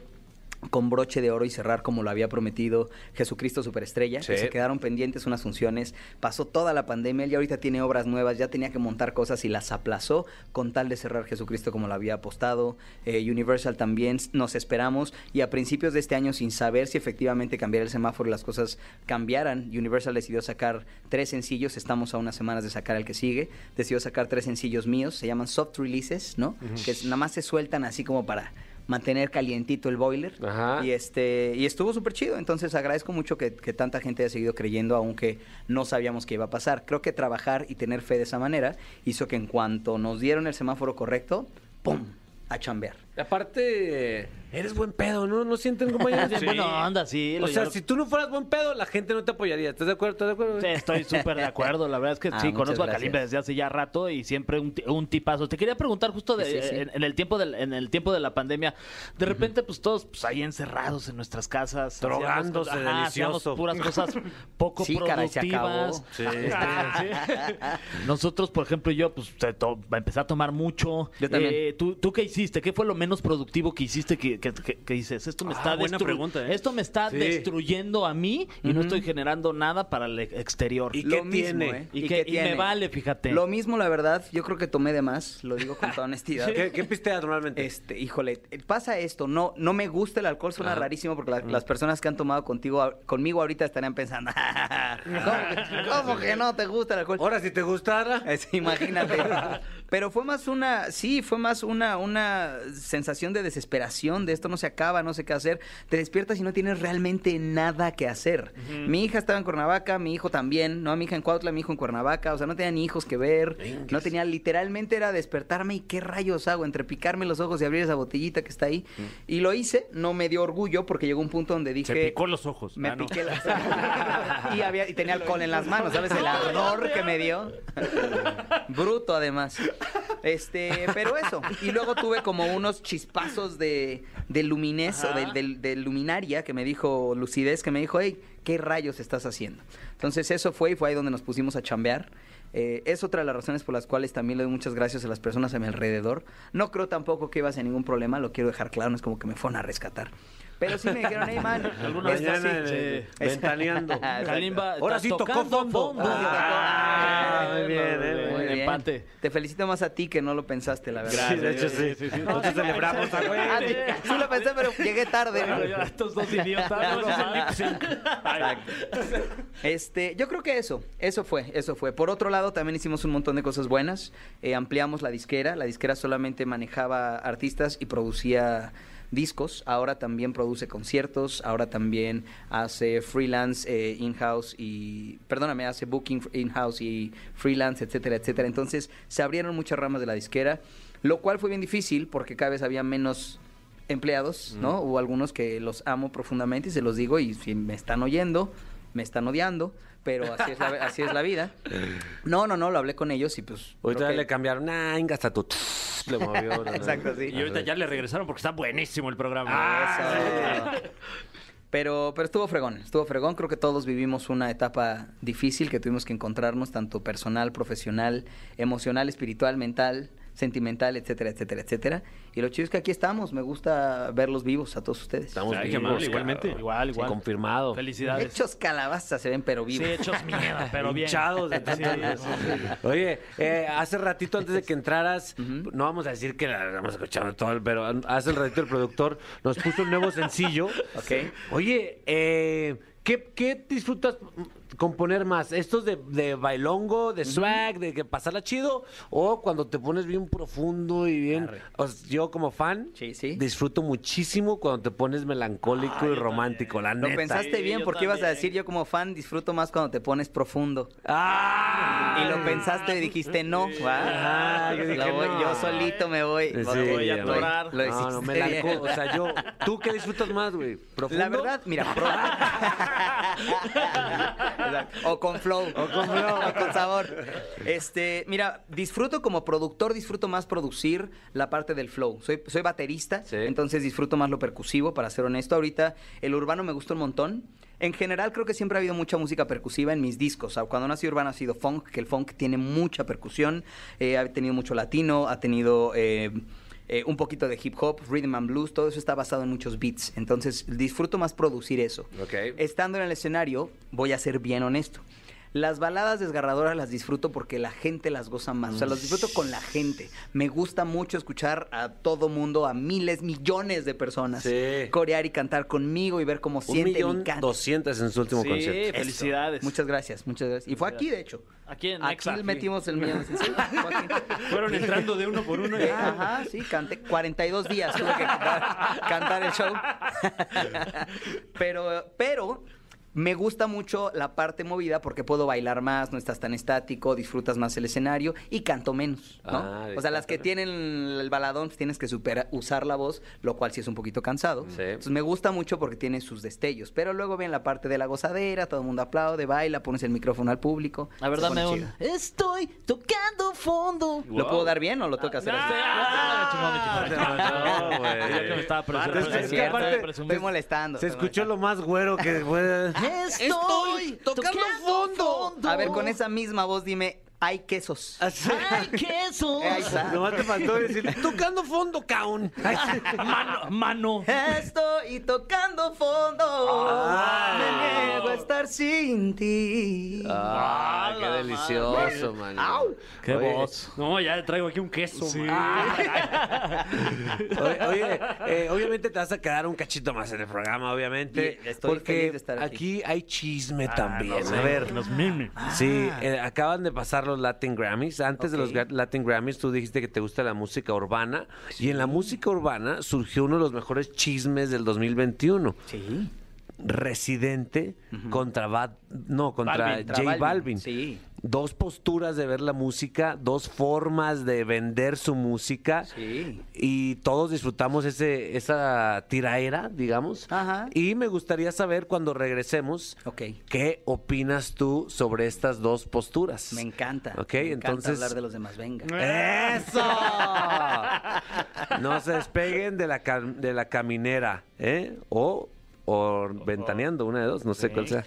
[SPEAKER 7] con broche de oro y cerrar como lo había prometido Jesucristo Superestrella. que se quedaron pendientes unas funciones. Pasó toda la pandemia, él ya ahorita tiene obras nuevas, ya tenía que montar cosas y las aplazó con tal de cerrar Jesucristo como lo había apostado. Eh, Universal también s- nos esperamos y a principios de este año sin saber si efectivamente cambiara el semáforo y las cosas cambiaran, Universal decidió sacar tres sencillos, estamos a unas semanas de sacar el que sigue, decidió sacar tres sencillos míos, se llaman soft releases, ¿no? Que es- nada más se sueltan así como para mantener calientito el boiler.
[SPEAKER 2] Ajá.
[SPEAKER 7] Y este y estuvo súper chido. Entonces agradezco mucho que, que tanta gente haya seguido creyendo, aunque no sabíamos que iba a pasar. Creo que trabajar y tener fe de esa manera hizo que en cuanto nos dieron el semáforo correcto, ¡pum! a chambear.
[SPEAKER 2] Aparte, eres buen pedo, ¿no? No sienten como ya.
[SPEAKER 3] Sí. Bueno, anda, sí.
[SPEAKER 2] O
[SPEAKER 3] lo-
[SPEAKER 2] sea,
[SPEAKER 3] yo-
[SPEAKER 2] si tú no fueras buen pedo, la gente no te apoyaría. ¿Estás de acuerdo? ¿Estás de acuerdo?
[SPEAKER 3] Sí, Estoy súper de acuerdo, la verdad es que
[SPEAKER 7] Ah,
[SPEAKER 3] sí,
[SPEAKER 7] muchas
[SPEAKER 3] conozco a
[SPEAKER 7] gracias.
[SPEAKER 3] Kalimba desde hace ya rato y siempre un, ti- un tipazo. Te quería preguntar justo de-
[SPEAKER 7] Sí, sí.
[SPEAKER 3] En, en el tiempo del- en el tiempo de la pandemia, de repente pues todos pues, ahí encerrados en nuestras casas, hacíamos
[SPEAKER 2] Drogándose,
[SPEAKER 3] cosas- ajá, hacíamos
[SPEAKER 2] delicioso.
[SPEAKER 3] puras cosas poco
[SPEAKER 7] Sí, caray, se
[SPEAKER 3] productivas.
[SPEAKER 7] acabó.
[SPEAKER 3] Sí. Nosotros, por ejemplo, yo pues te to- empecé a tomar mucho.
[SPEAKER 7] Yo también.
[SPEAKER 3] Eh, ¿tú, ¿Tú qué hiciste? ¿Qué fue lo menos productivo que hiciste que, que- que- que dices? Esto me
[SPEAKER 4] Ah,
[SPEAKER 3] está
[SPEAKER 4] buena
[SPEAKER 3] destru-
[SPEAKER 4] pregunta, ¿eh?
[SPEAKER 3] Esto me está
[SPEAKER 2] Sí.
[SPEAKER 3] destruyendo a mí y no estoy generando nada para el ex- exterior.
[SPEAKER 2] ¿Y qué tiene?
[SPEAKER 7] ¿eh?
[SPEAKER 3] ¿Y qué- y me vale, fíjate.
[SPEAKER 7] Lo mismo, la verdad, yo creo que tomé de más, lo digo con toda honestidad.
[SPEAKER 2] ¿Qué, qué pisteas normalmente?
[SPEAKER 7] Este, híjole, pasa esto, no, no me gusta el alcohol, suena
[SPEAKER 2] Ajá.
[SPEAKER 7] rarísimo porque la- las personas que han tomado contigo, a- conmigo ahorita estarían pensando, ¿cómo, cómo que no te gusta el alcohol?
[SPEAKER 2] Ahora, si te gustara.
[SPEAKER 7] Es- imagínate. Pero fue más una, sí, fue más una, una sensación de desesperación, de esto no se acaba, no sé qué hacer, te despiertas y no tienes realmente nada que hacer. Mi hija estaba en Cuernavaca, mi hijo también, ¿no? Mi hija en Cuautla, mi hijo en Cuernavaca, o sea, no tenía ni hijos que ver, no tenía, literalmente era despertarme y qué rayos hago entre picarme los ojos y abrir esa botellita que está ahí. Y lo hice, no me dio orgullo porque llegó un punto donde dije...
[SPEAKER 4] Se picó los ojos.
[SPEAKER 7] Me
[SPEAKER 4] Ah, no.
[SPEAKER 7] piqué las y, había, y tenía alcohol en las manos, ¿sabes? El ardor que me dio. Bruto, además. Este, pero eso. Y luego tuve como unos chispazos de, de luminez o de, de- de luminaria que me dijo, lucidez, que me dijo, hey, ¿qué rayos estás haciendo? Entonces eso fue y fue ahí donde nos pusimos a chambear. Eh, es otra de las razones por las cuales también le doy muchas gracias a las personas a mi alrededor. No creo tampoco que ibas a ningún problema, lo quiero dejar claro, no es como que me fueron a rescatar. Pero sí me dijeron, hey man,
[SPEAKER 3] Alguna
[SPEAKER 7] esto
[SPEAKER 2] Mañana
[SPEAKER 7] sí".
[SPEAKER 2] en el- ventaneando.
[SPEAKER 7] Exacto.
[SPEAKER 3] Kalimba,
[SPEAKER 2] Ahora sí tocó fondo. Ah, muy bien, eh, muy
[SPEAKER 3] bien. Empate.
[SPEAKER 7] Te felicito más a ti que no lo pensaste, la verdad.
[SPEAKER 2] Sí, de hecho, sí. Nosotros celebramos a
[SPEAKER 7] Ah, sí, sí lo pensé, pero llegué tarde. ¿no?
[SPEAKER 3] Estos dos idiotas.
[SPEAKER 7] no, Este, yo creo que eso, eso fue, eso fue. Por otro lado, también hicimos un montón de cosas buenas. Eh, ampliamos la disquera. La disquera solamente manejaba artistas y producía discos. Ahora también produce conciertos. Ahora también hace freelance, eh, in-house y, perdóname, hace booking in-house y freelance, etcétera, etcétera. Entonces se abrieron muchas ramas de la disquera, lo cual fue bien difícil porque cada vez había menos empleados, ¿no? Hubo algunos que los amo profundamente y se los digo y si me están oyendo, me están odiando, pero así es la, así es la vida. No, no, no, lo hablé con ellos y pues...
[SPEAKER 2] Ahorita
[SPEAKER 7] creo que-
[SPEAKER 2] le cambiaron. Ah, venga, hasta tu. Le movió.
[SPEAKER 7] Exacto, sí.
[SPEAKER 4] Y ahorita ya le regresaron porque está buenísimo el programa.
[SPEAKER 2] ¡Ah!
[SPEAKER 7] Eso. Pero, pero estuvo fregón, estuvo fregón. Creo que todos vivimos una etapa difícil que tuvimos que encontrarnos, tanto personal, profesional, emocional, espiritual, mental, sentimental, etcétera, etcétera, etcétera. Y lo chido es que aquí estamos. Me gusta verlos vivos a todos ustedes.
[SPEAKER 2] Estamos
[SPEAKER 4] Ay, qué
[SPEAKER 2] vivos,
[SPEAKER 4] amable, igualmente.
[SPEAKER 2] cabrón.
[SPEAKER 3] Igual, igual.
[SPEAKER 2] Sí, confirmado.
[SPEAKER 3] Felicidades.
[SPEAKER 7] Hechos calabazas se ven, pero
[SPEAKER 3] Sí,
[SPEAKER 7] vivos.
[SPEAKER 3] hechos mierda, pero bien.
[SPEAKER 2] Hinchados de tanto- Oye, eh, hace ratito antes de que entraras, no vamos a decir que la hemos escuchado todo, pero hace el ratito el productor nos puso un nuevo sencillo.
[SPEAKER 7] Ok.
[SPEAKER 2] Oye, eh, ¿qué, qué disfrutas componer más? ¿Estos de, de bailongo, de swag, de que pasarla chido? ¿O cuando te pones bien profundo y bien... o sea, yo como fan
[SPEAKER 7] Sí, sí.
[SPEAKER 2] disfruto muchísimo cuando te pones melancólico y romántico, la
[SPEAKER 7] Lo
[SPEAKER 2] neta.
[SPEAKER 7] pensaste
[SPEAKER 3] Sí,
[SPEAKER 7] bien
[SPEAKER 3] yo
[SPEAKER 7] porque ibas a
[SPEAKER 3] también.
[SPEAKER 7] decir yo como fan disfruto más cuando te pones profundo.
[SPEAKER 2] ¡Ah!
[SPEAKER 7] Y lo pensaste y dijiste no. ¿va?
[SPEAKER 2] Ah, yo dije,
[SPEAKER 7] Lo voy-
[SPEAKER 2] no.
[SPEAKER 7] yo solito me voy.
[SPEAKER 2] Sí,
[SPEAKER 7] Lo
[SPEAKER 2] voy a
[SPEAKER 3] atorar.
[SPEAKER 7] Lo
[SPEAKER 2] no, no,
[SPEAKER 7] hiciste
[SPEAKER 2] me la
[SPEAKER 7] bien.
[SPEAKER 2] co- O sea, yo. ¿Tú qué disfrutas más, güey? ¿Profundo?
[SPEAKER 7] La verdad, mira, pro- Exacto. o con flow, o con o con sabor. Este, mira, disfruto como productor, disfruto más producir la parte del flow. Soy, soy baterista,
[SPEAKER 2] Sí.
[SPEAKER 7] entonces disfruto más lo percusivo, para ser honesto. Ahorita el urbano me gusta un montón. En general creo que siempre ha habido mucha música percusiva en mis discos. O sea, cuando nací urbano ha sido funk, que el funk tiene mucha percusión, eh, ha tenido mucho latino, ha tenido eh, eh, un poquito de hip hop, rhythm and blues, todo eso está basado en muchos beats. Entonces disfruto más producir eso.
[SPEAKER 2] Ok.
[SPEAKER 7] Estando en el escenario, voy a ser bien honesto. Las baladas desgarradoras las disfruto porque la gente las goza más. O sea, las disfruto con la gente. Me gusta mucho escuchar a todo mundo, a miles, millones de personas
[SPEAKER 2] Sí.
[SPEAKER 7] corear y cantar conmigo y ver cómo
[SPEAKER 2] Un
[SPEAKER 7] siente
[SPEAKER 2] millón
[SPEAKER 7] mi canto.
[SPEAKER 2] doscientas en su último
[SPEAKER 3] Sí, pues,
[SPEAKER 2] concierto.
[SPEAKER 7] Eso.
[SPEAKER 3] felicidades.
[SPEAKER 7] Muchas gracias, muchas gracias. Y fue aquí, de hecho.
[SPEAKER 3] Aquí en
[SPEAKER 7] Aquí
[SPEAKER 3] Nexa.
[SPEAKER 7] metimos el millón. Sí, sí, fue aquí.
[SPEAKER 4] Fueron entrando de uno por uno.
[SPEAKER 7] Eh, Ajá, sí, canté 42 días tuve que cantar, cantar el show. pero, pero me gusta mucho la parte movida porque puedo bailar más, no estás tan estático, disfrutas más el escenario y canto menos, ¿no?
[SPEAKER 2] Ah,
[SPEAKER 7] o sea, las que tienen el baladón pues, tienes que supera- usar la voz, lo cual sí es un poquito cansado.
[SPEAKER 2] Sí.
[SPEAKER 7] Entonces me gusta mucho porque tiene sus destellos, pero luego viene la parte de la gozadera, todo el mundo aplaude, baila, pones el micrófono al público.
[SPEAKER 3] La verdad
[SPEAKER 7] se pone
[SPEAKER 3] me
[SPEAKER 7] chido.
[SPEAKER 3] un... Estoy tocando fondo.
[SPEAKER 7] ¿Lo puedo dar bien o lo toca hacer así?
[SPEAKER 3] Ah, me chingó, me chingó, me chingó.
[SPEAKER 2] No, güey.
[SPEAKER 3] Ya que me estaba presu-
[SPEAKER 2] Barras,
[SPEAKER 3] presu-
[SPEAKER 2] es que
[SPEAKER 3] estaba
[SPEAKER 2] aparte-
[SPEAKER 3] presumiendo.
[SPEAKER 7] Estoy molestando.
[SPEAKER 2] Se
[SPEAKER 7] estoy
[SPEAKER 2] escuchó
[SPEAKER 7] molestando.
[SPEAKER 2] lo más güero que fue.
[SPEAKER 3] Estoy, tocando, fondo.
[SPEAKER 7] A ver, con esa misma voz dime, hay quesos.
[SPEAKER 3] ¡Ay, queso!
[SPEAKER 7] Ahí está.
[SPEAKER 2] Nomás te faltó decir, tocando fondo, caón.
[SPEAKER 3] Mano, mano.
[SPEAKER 7] Estoy tocando fondo.
[SPEAKER 2] Ah.
[SPEAKER 7] Me niego a estar estar sin ti.
[SPEAKER 8] Ah, qué delicioso, man.
[SPEAKER 3] Qué
[SPEAKER 8] Oye,
[SPEAKER 3] voz.
[SPEAKER 4] No, ya traigo aquí un queso, Ah,
[SPEAKER 2] Oye, oye, eh, obviamente te vas a quedar un cachito más en el programa, obviamente.
[SPEAKER 7] Y estoy
[SPEAKER 2] porque
[SPEAKER 7] feliz de estar aquí. Ah,
[SPEAKER 2] hay chisme también. a ver,
[SPEAKER 3] Los memes.
[SPEAKER 2] sí, eh, acaban de pasar los Latin Grammys. Antes de los
[SPEAKER 7] Ok.
[SPEAKER 2] Gra- Latin Grammys, tú dijiste que te gusta la música urbana. Y en la música urbana surgió uno de los mejores chismes del 2021.
[SPEAKER 7] Sí.
[SPEAKER 2] Residente contra Bad, no, contra
[SPEAKER 7] Balvin,
[SPEAKER 2] J
[SPEAKER 7] Balvin,
[SPEAKER 2] Balvin.
[SPEAKER 7] sí.
[SPEAKER 2] Dos posturas de ver la música, dos formas de vender su música.
[SPEAKER 7] Sí.
[SPEAKER 2] Y todos disfrutamos ese, esa tiraera, digamos.
[SPEAKER 7] Ajá.
[SPEAKER 2] Y me gustaría saber cuando regresemos,
[SPEAKER 7] Ok.
[SPEAKER 2] ¿qué opinas tú sobre estas dos posturas?
[SPEAKER 7] Me encanta.
[SPEAKER 2] Ok,
[SPEAKER 7] Me encanta
[SPEAKER 2] entonces.
[SPEAKER 7] hablar de los demás, venga.
[SPEAKER 2] ¡Eso! No se despeguen de la, cam- de la caminera, ¿eh? O, o ventaneando, una de dos, no sé cuál sea.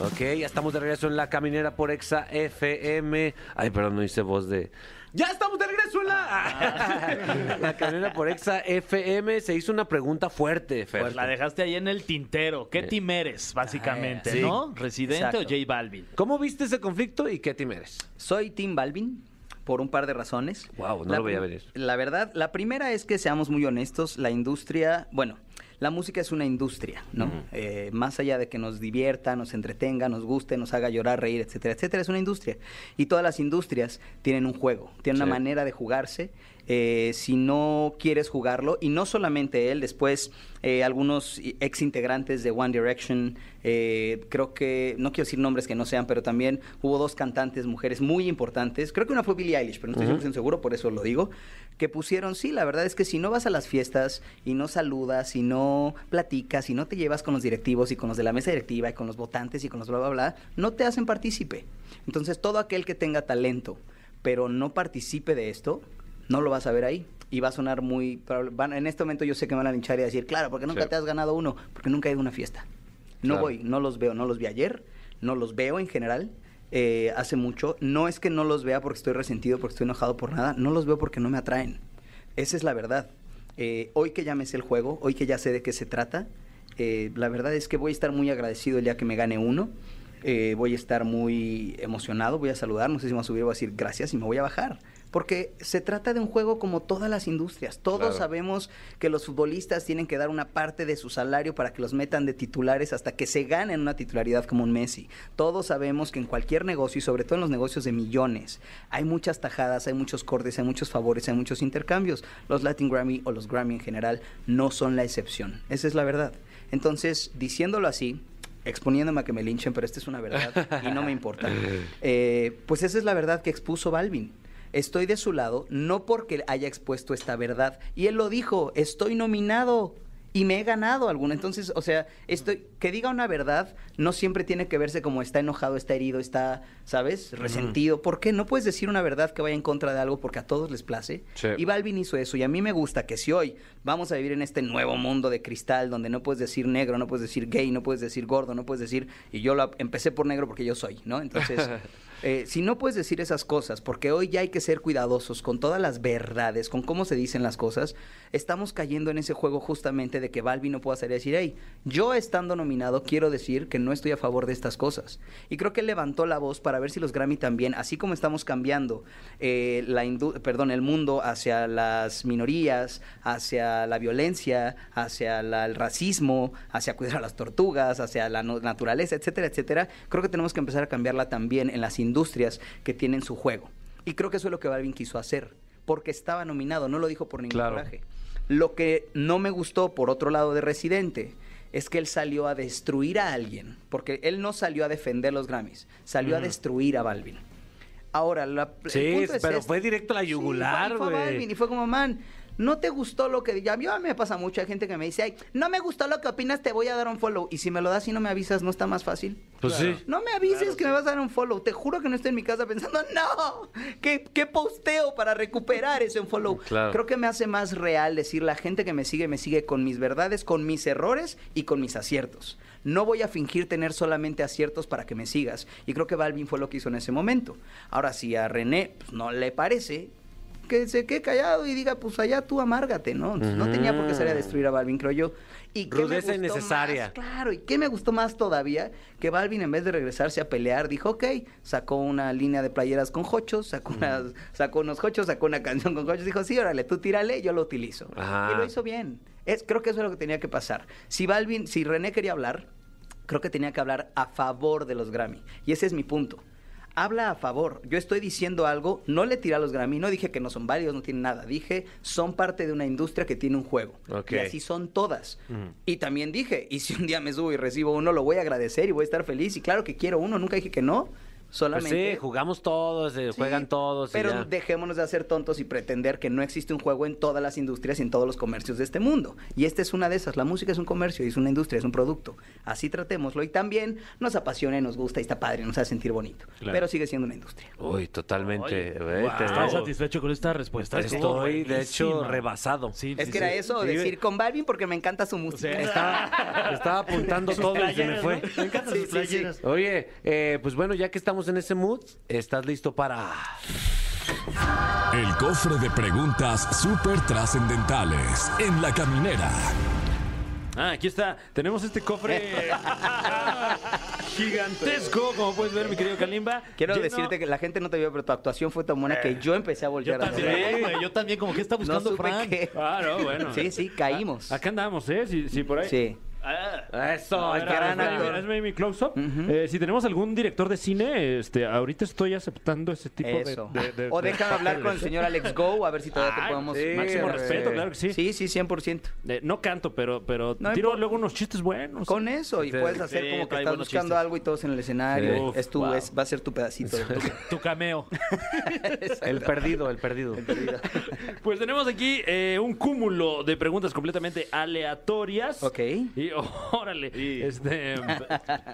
[SPEAKER 2] Ok, ya estamos de regreso en la caminera por Exa FM. Ay, perdón, no hice voz de. ¡Ya estamos de regreso en
[SPEAKER 3] Ah.
[SPEAKER 2] la. la caminera por Exa FM se hizo una pregunta fuerte, Fer.
[SPEAKER 3] Pues la dejaste ahí en el tintero.
[SPEAKER 2] Eh.
[SPEAKER 3] ¿Qué team eres, básicamente,
[SPEAKER 7] Ah, sí.
[SPEAKER 3] no? ¿Residente o
[SPEAKER 7] Exacto.
[SPEAKER 3] J Balvin?
[SPEAKER 2] ¿Cómo viste ese conflicto y qué team eres?
[SPEAKER 7] Soy Tim Balvin por un par de razones.
[SPEAKER 2] Guau, no
[SPEAKER 7] La
[SPEAKER 2] lo veía
[SPEAKER 7] prim-
[SPEAKER 2] venir.
[SPEAKER 7] La verdad, la primera es que seamos muy honestos, la industria, bueno, la música es una industria, ¿no? Eh, más allá de que nos divierta, nos entretenga, nos guste, nos haga llorar, reír, etcétera, etcétera, es una industria. Y todas las industrias tienen un juego, tienen
[SPEAKER 2] Sí.
[SPEAKER 7] una manera de jugarse. eh, si no quieres jugarlo, y no solamente él, después eh, algunos ex integrantes de One Direction, eh, creo que, no quiero decir nombres que no sean, pero también hubo dos cantantes mujeres muy importantes, creo que una fue Billie Eilish, pero no estoy 100% seguro, por eso lo digo, que pusieron, sí, la verdad es que si no vas a las fiestas y no saludas, si no platicas, si no te llevas con los directivos y con los de la mesa directiva y con los votantes y con los bla, bla, bla, no te hacen partícipe. Entonces, todo aquel que tenga talento, pero no participe de esto, no lo vas a ver ahí. Y va a sonar muy... probable- van- en este momento yo sé que me van a linchar y a decir, claro, porque nunca
[SPEAKER 2] Sí.
[SPEAKER 7] te has ganado uno, porque nunca he ido a una fiesta. No
[SPEAKER 2] Claro.
[SPEAKER 7] voy, no los veo, no los vi ayer, no los veo en general. eh, hace mucho, no es que no los vea porque estoy resentido, porque estoy enojado por nada, no los veo porque no me atraen. Esa es la verdad. Eh, hoy que ya me sé el juego, hoy que ya sé de qué se trata, eh, la verdad es que voy a estar muy agradecido el día que me gane uno. eh, voy a estar muy emocionado, voy a saludar, no sé si me voy a subir, voy a decir gracias y me voy a bajar. Porque se trata de un juego como todas las industrias. Todos
[SPEAKER 2] Claro.
[SPEAKER 7] sabemos sabemos que los futbolistas tienen que dar una parte de su salario para que los metan de titulares hasta que se ganen una titularidad como un Messi. Todos sabemos que en cualquier negocio, y sobre todo en los negocios de millones, hay muchas tajadas, hay muchos cortes, hay muchos favores, hay muchos intercambios. Los Latin Grammy o los Grammy en general no son la excepción. Esa es la verdad. Entonces, diciéndolo así, exponiéndome a que me linchen, pero esta es una verdad y no me importa. Eh, pues esa es la verdad que expuso Balvin. Estoy de su lado, no porque haya expuesto esta verdad. Y él lo dijo, estoy nominado y me he ganado alguna. Entonces, o sea, estoy, que diga una verdad no siempre tiene que verse como está enojado, está herido, está, ¿sabes? Resentido. ¿Por qué? No puedes decir una verdad que vaya en contra de algo porque a todos les place.
[SPEAKER 8] Sí.
[SPEAKER 7] Y Balvin hizo eso. Y a mí me gusta que si hoy vamos a vivir en este nuevo mundo de cristal donde no puedes decir negro, no puedes decir gay, no puedes decir gordo, no puedes decir... Y yo lo, empecé por negro porque yo soy, ¿no? Entonces... Eh, si no puedes decir esas cosas, porque hoy ya hay que ser cuidadosos con todas las verdades, con cómo se dicen las cosas, estamos cayendo en ese juego justamente de que Balbi no pueda salir a decir, hey, yo estando nominado quiero decir que no estoy a favor de estas cosas. Y creo que él levantó la voz para ver si los Grammy también, así como estamos cambiando eh, la indu- perdón, el mundo hacia las minorías, hacia la violencia, hacia la- el racismo, hacia cuidar a las tortugas, hacia la no- naturaleza, etcétera, etcétera, creo que tenemos que empezar a cambiarla también en las industrias que tienen su juego. Y creo que eso es lo que Balvin quiso hacer, porque estaba nominado, no lo dijo por ningún
[SPEAKER 2] Claro.
[SPEAKER 7] coraje. Lo que no me gustó, por otro lado, de Residente, es que él salió a destruir a alguien, porque él no salió a defender los Grammys, salió a destruir a Balvin. Ahora, la, el
[SPEAKER 2] Mm. Sí,
[SPEAKER 7] punto es
[SPEAKER 2] pero
[SPEAKER 7] este.
[SPEAKER 2] fue directo a la
[SPEAKER 7] Sí,
[SPEAKER 2] yugular,
[SPEAKER 7] fue- fue
[SPEAKER 2] güey.
[SPEAKER 7] Balvin, y fue como, man, no te gustó lo que... Ya, a mí me pasa mucha gente que me dice, ay, no me gustó lo que opinas, te voy a dar un follow. Y si me lo das y no me avisas, ¿no está más fácil?
[SPEAKER 2] Pues sí.
[SPEAKER 7] No me avises que me vas a dar un follow. Te juro que no estoy en mi casa pensando, no, ¿qué, qué posteo para recuperar ese un follow?
[SPEAKER 2] Claro.
[SPEAKER 7] Creo que me hace más real decir la gente que me sigue, me sigue con mis verdades, con mis errores y con mis aciertos. No voy a fingir tener solamente aciertos para que me sigas. Y creo que Balvin fue lo que hizo en ese momento. Ahora, si a René pues, no le parece, que se quede callado y diga, pues allá tú amárgate, ¿no? Entonces, No tenía por qué salir a destruir a Balvin, creo yo. Y qué me
[SPEAKER 2] Mm. Rudeza
[SPEAKER 7] gustó
[SPEAKER 2] innecesaria.
[SPEAKER 7] más? claro, y qué me gustó más todavía, que Balvin en vez de regresarse a pelear, dijo, ok, sacó una línea de playeras con hochos, sacó, unas- sacó unos hochos, sacó una canción con hochos, dijo, sí, órale, tú tírale, yo lo utilizo.
[SPEAKER 2] Ajá.
[SPEAKER 7] Y lo hizo bien. Es, creo que eso es lo que tenía que pasar. Si Balvin, si René quería hablar, creo que tenía que hablar a favor de los Grammy. Y ese es mi punto. Habla a favor. Yo estoy diciendo algo, no le tiré a los Grammy, no dije que no son varios, no tienen nada. Dije, son parte de una industria que tiene un juego.
[SPEAKER 2] Ok.
[SPEAKER 7] Y así son todas. Y también dije, y si un día me subo y recibo uno, lo voy a agradecer y voy a estar feliz. Y claro que quiero uno, nunca dije que no.
[SPEAKER 2] Pues
[SPEAKER 7] Solamente
[SPEAKER 2] sí, jugamos todos, eh,
[SPEAKER 7] Sí,
[SPEAKER 2] juegan todos. y
[SPEAKER 7] Pero
[SPEAKER 2] ya.
[SPEAKER 7] dejémonos de hacer tontos y pretender que no existe un juego en todas las industrias y en todos los comercios de este mundo. Y esta es una de esas. La música es un comercio, es una industria, es un producto. Así tratémoslo y también nos apasiona y nos gusta y está padre, y nos hace sentir bonito. Pero sigue siendo una industria.
[SPEAKER 2] Uy, totalmente. eh, te-
[SPEAKER 3] ¿Estás satisfecho con esta respuesta? Estuvo
[SPEAKER 2] Estoy, de hecho,
[SPEAKER 3] buenísima.
[SPEAKER 2] rebasado.
[SPEAKER 3] Sí,
[SPEAKER 7] Es
[SPEAKER 3] sí,
[SPEAKER 7] que era
[SPEAKER 3] sí.
[SPEAKER 7] eso,
[SPEAKER 2] Sí,
[SPEAKER 7] decir con Balvin porque me encanta su música.
[SPEAKER 2] Estaba, estaba apuntando todo y se me fue.
[SPEAKER 3] Me encantan sus playeras.
[SPEAKER 2] Oye, eh, pues bueno, ya que estamos en ese mood, ¿estás listo para...?
[SPEAKER 1] El cofre de preguntas súper trascendentales en la caminera.
[SPEAKER 4] Ah, aquí está. Tenemos este cofre gigantesco, como puedes ver, mi querido Kalimba.
[SPEAKER 7] Quiero
[SPEAKER 4] Lleno-
[SPEAKER 7] decirte que la gente no te vio, pero tu actuación fue tan buena que yo empecé a
[SPEAKER 3] Eh, Yo
[SPEAKER 7] voltear a la
[SPEAKER 3] también, güey, yo también, como que está
[SPEAKER 7] No
[SPEAKER 3] buscando
[SPEAKER 7] supe
[SPEAKER 3] Fran.
[SPEAKER 7] qué.
[SPEAKER 4] Ah, no, bueno.
[SPEAKER 7] Sí, sí, caímos.
[SPEAKER 4] Acá andamos, ¿eh? Si, si por ahí.
[SPEAKER 7] Sí.
[SPEAKER 3] Ah,
[SPEAKER 2] Eso,
[SPEAKER 4] A ver,
[SPEAKER 2] hay que
[SPEAKER 7] gran
[SPEAKER 4] hazme-
[SPEAKER 7] actor.
[SPEAKER 4] hazme mi close-up. Eh, si tenemos algún director de cine, este, ahorita estoy aceptando ese tipo de-
[SPEAKER 7] Eso.
[SPEAKER 4] de, de-
[SPEAKER 7] o
[SPEAKER 4] de
[SPEAKER 7] déjame hablar con el señor Alex Go, a ver si todavía
[SPEAKER 4] Ah,
[SPEAKER 7] te podemos.
[SPEAKER 2] sí,
[SPEAKER 4] Máximo
[SPEAKER 2] güey.
[SPEAKER 4] respeto, claro que sí.
[SPEAKER 7] Sí, sí, 100%.
[SPEAKER 4] Eh, no canto, pero, pero
[SPEAKER 7] No
[SPEAKER 4] tiro
[SPEAKER 7] impo-
[SPEAKER 4] luego unos chistes buenos.
[SPEAKER 7] Con eso, y
[SPEAKER 2] Sí,
[SPEAKER 7] puedes hacer
[SPEAKER 3] sí,
[SPEAKER 7] como que
[SPEAKER 3] trae
[SPEAKER 7] estás
[SPEAKER 3] buenos
[SPEAKER 7] buscando
[SPEAKER 3] chistes.
[SPEAKER 7] algo y todos en el escenario.
[SPEAKER 2] Sí.
[SPEAKER 7] y
[SPEAKER 2] Uf,
[SPEAKER 7] es tu,
[SPEAKER 3] wow.
[SPEAKER 7] es- va a ser tu pedacito. de tu-
[SPEAKER 3] tu cameo.
[SPEAKER 2] El perdido, el perdido.
[SPEAKER 4] Pues tenemos aquí eh, un cúmulo de preguntas completamente aleatorias.
[SPEAKER 7] Ok.
[SPEAKER 4] Y órale. Este,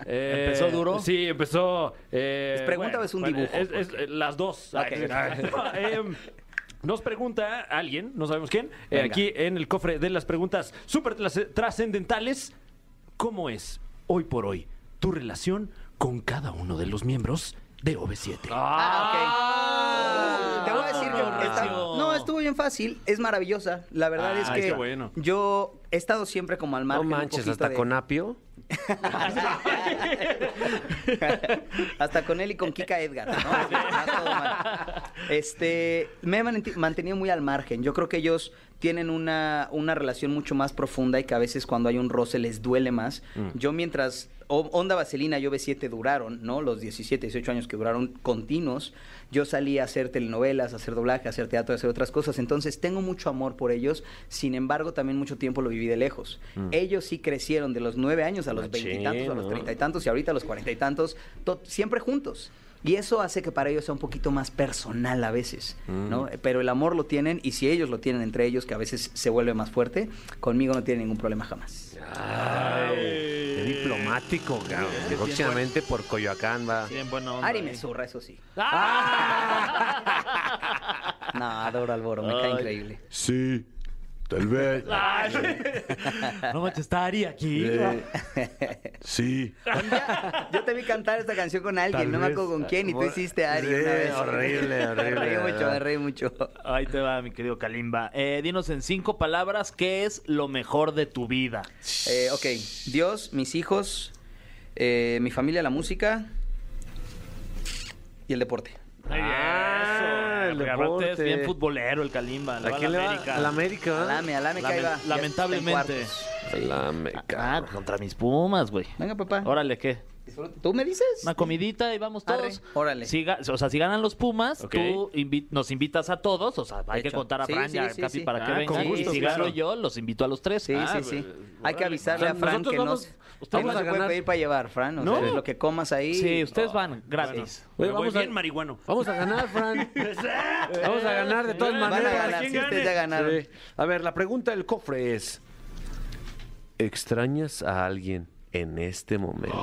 [SPEAKER 4] eh,
[SPEAKER 3] ¿Empezó duro?
[SPEAKER 4] Sí, empezó. eh,
[SPEAKER 7] ¿Es pregunta o es un dibujo?
[SPEAKER 4] es- es, eh, las dos.
[SPEAKER 7] Ok.
[SPEAKER 4] Ay, em, nos pregunta alguien, no sabemos quién, eh,
[SPEAKER 7] Venga.
[SPEAKER 4] aquí en el cofre de las preguntas súper tras- trascendentales. ¿Cómo es hoy por hoy tu relación con cada uno de los miembros de OV7?
[SPEAKER 7] Ah, ok. Te voy a decir que está-
[SPEAKER 3] Mauricio.
[SPEAKER 7] no, estuvo bien fácil, es maravillosa. La verdad
[SPEAKER 4] Ah,
[SPEAKER 7] es que
[SPEAKER 4] qué bueno.
[SPEAKER 7] yo he estado siempre como al
[SPEAKER 2] No
[SPEAKER 7] margen. un
[SPEAKER 2] manches,
[SPEAKER 7] poquito
[SPEAKER 2] hasta
[SPEAKER 7] de-
[SPEAKER 2] con apio.
[SPEAKER 7] Hasta con él y con Kika Edgar, ¿no? Está todo mal. Este, me he manti- mantenido muy al margen. Yo creo que ellos tienen una, una relación mucho más profunda y que a veces cuando hay un roce les duele más. Yo mientras O- Onda Vaselina y OV7 duraron, ¿no? Los 17, 18 años que duraron continuos, yo salí a hacer telenovelas, a hacer doblaje, a hacer teatro, a hacer otras cosas. Entonces tengo mucho amor por ellos. Sin embargo, también mucho tiempo lo viví de lejos. Ellos sí crecieron de los 9 años a los
[SPEAKER 2] Machín,
[SPEAKER 7] veintitantos, a los
[SPEAKER 2] ¿no?
[SPEAKER 7] treinta y tantos y ahorita a los cuarenta y tantos, to- siempre juntos. Y eso hace que para ellos sea un poquito más personal a veces, ¿no?
[SPEAKER 2] Mm.
[SPEAKER 7] Pero el amor lo tienen y si ellos lo tienen entre ellos, que a veces se vuelve más fuerte, conmigo no tienen ningún problema jamás.
[SPEAKER 2] Qué diplomático, cabrón. Próximamente por Coyoacán va.
[SPEAKER 3] Bien, buena onda,
[SPEAKER 7] Ari
[SPEAKER 3] eh.
[SPEAKER 7] me zurra, eso sí.
[SPEAKER 3] ¡Ah!
[SPEAKER 7] No, adoro al Boro, me cae
[SPEAKER 3] Ay.
[SPEAKER 7] increíble.
[SPEAKER 1] Sí, tal vez.
[SPEAKER 3] No manches, está Ari aquí.
[SPEAKER 1] Sí.
[SPEAKER 7] Yo te vi cantar esta canción con alguien,
[SPEAKER 2] Tal
[SPEAKER 7] no me
[SPEAKER 2] vez.
[SPEAKER 7] acuerdo con quién, y tú
[SPEAKER 2] Bueno,
[SPEAKER 7] hiciste a Ari
[SPEAKER 2] sí,
[SPEAKER 7] una vez.
[SPEAKER 2] horrible, horrible,
[SPEAKER 7] Me reí mucho,
[SPEAKER 2] ¿verdad?
[SPEAKER 7] me reí mucho.
[SPEAKER 3] Ahí te va, mi querido Kalimba. Eh, dinos en cinco palabras qué es lo mejor de tu vida.
[SPEAKER 7] Eh, ok, Dios, mis hijos, eh, mi familia, la música y el deporte.
[SPEAKER 2] Ah,
[SPEAKER 3] Eso,
[SPEAKER 2] el
[SPEAKER 3] porque aparte es
[SPEAKER 2] deporte.
[SPEAKER 3] bien futbolero el Calimba.
[SPEAKER 2] ¿A quién le va?
[SPEAKER 3] América.
[SPEAKER 2] A la América, ¿verdad?
[SPEAKER 7] Alame, alame, que ahí va.
[SPEAKER 3] Lame-
[SPEAKER 7] Ya
[SPEAKER 3] lamentablemente.
[SPEAKER 7] está en cuartos.
[SPEAKER 2] La América.
[SPEAKER 3] Ah, contra mis pumas, güey.
[SPEAKER 7] Venga, papá.
[SPEAKER 3] Órale, ¿qué?
[SPEAKER 7] Disfruta. ¿Tú me dices?
[SPEAKER 3] Una comidita y vamos todos.
[SPEAKER 7] Arre, órale.
[SPEAKER 3] Si ga- o sea, si ganan los Pumas,
[SPEAKER 4] Ok.
[SPEAKER 3] tú invi- nos invitas a todos. O sea, hay que
[SPEAKER 7] Hecho.
[SPEAKER 3] contar a
[SPEAKER 7] Sí,
[SPEAKER 3] Fran
[SPEAKER 7] sí,
[SPEAKER 3] ya
[SPEAKER 7] sí,
[SPEAKER 3] casi
[SPEAKER 7] sí.
[SPEAKER 3] para que
[SPEAKER 4] Ah,
[SPEAKER 3] venga.
[SPEAKER 4] con gusto,
[SPEAKER 3] y si gano
[SPEAKER 4] claro.
[SPEAKER 3] yo, los invito a los tres. Ah,
[SPEAKER 7] Sí, sí, sí. Hay que avisarle
[SPEAKER 2] O
[SPEAKER 7] a
[SPEAKER 2] sea,
[SPEAKER 7] Fran que
[SPEAKER 2] nosotros
[SPEAKER 7] no,
[SPEAKER 2] vamos-
[SPEAKER 7] que
[SPEAKER 2] ustedes
[SPEAKER 7] no
[SPEAKER 2] van a
[SPEAKER 7] se puede
[SPEAKER 2] ganar.
[SPEAKER 7] pedir para llevar, Fran. O
[SPEAKER 2] No.
[SPEAKER 7] sea, es lo que comas ahí.
[SPEAKER 3] Sí, ustedes van, gratis.
[SPEAKER 2] Oye,
[SPEAKER 4] pues, vamos
[SPEAKER 2] vamos a-
[SPEAKER 4] bien, marihuano.
[SPEAKER 2] Vamos a ganar, Fran. Vamos a ganar de todas
[SPEAKER 4] Van a
[SPEAKER 7] Van a
[SPEAKER 2] maneras.
[SPEAKER 7] ganar,
[SPEAKER 4] ¿quién
[SPEAKER 7] sí, ustedes ya
[SPEAKER 4] gane?
[SPEAKER 7] ganaron.
[SPEAKER 2] Sí. A ver, la pregunta del cofre es: ¿extrañas a alguien en este momento?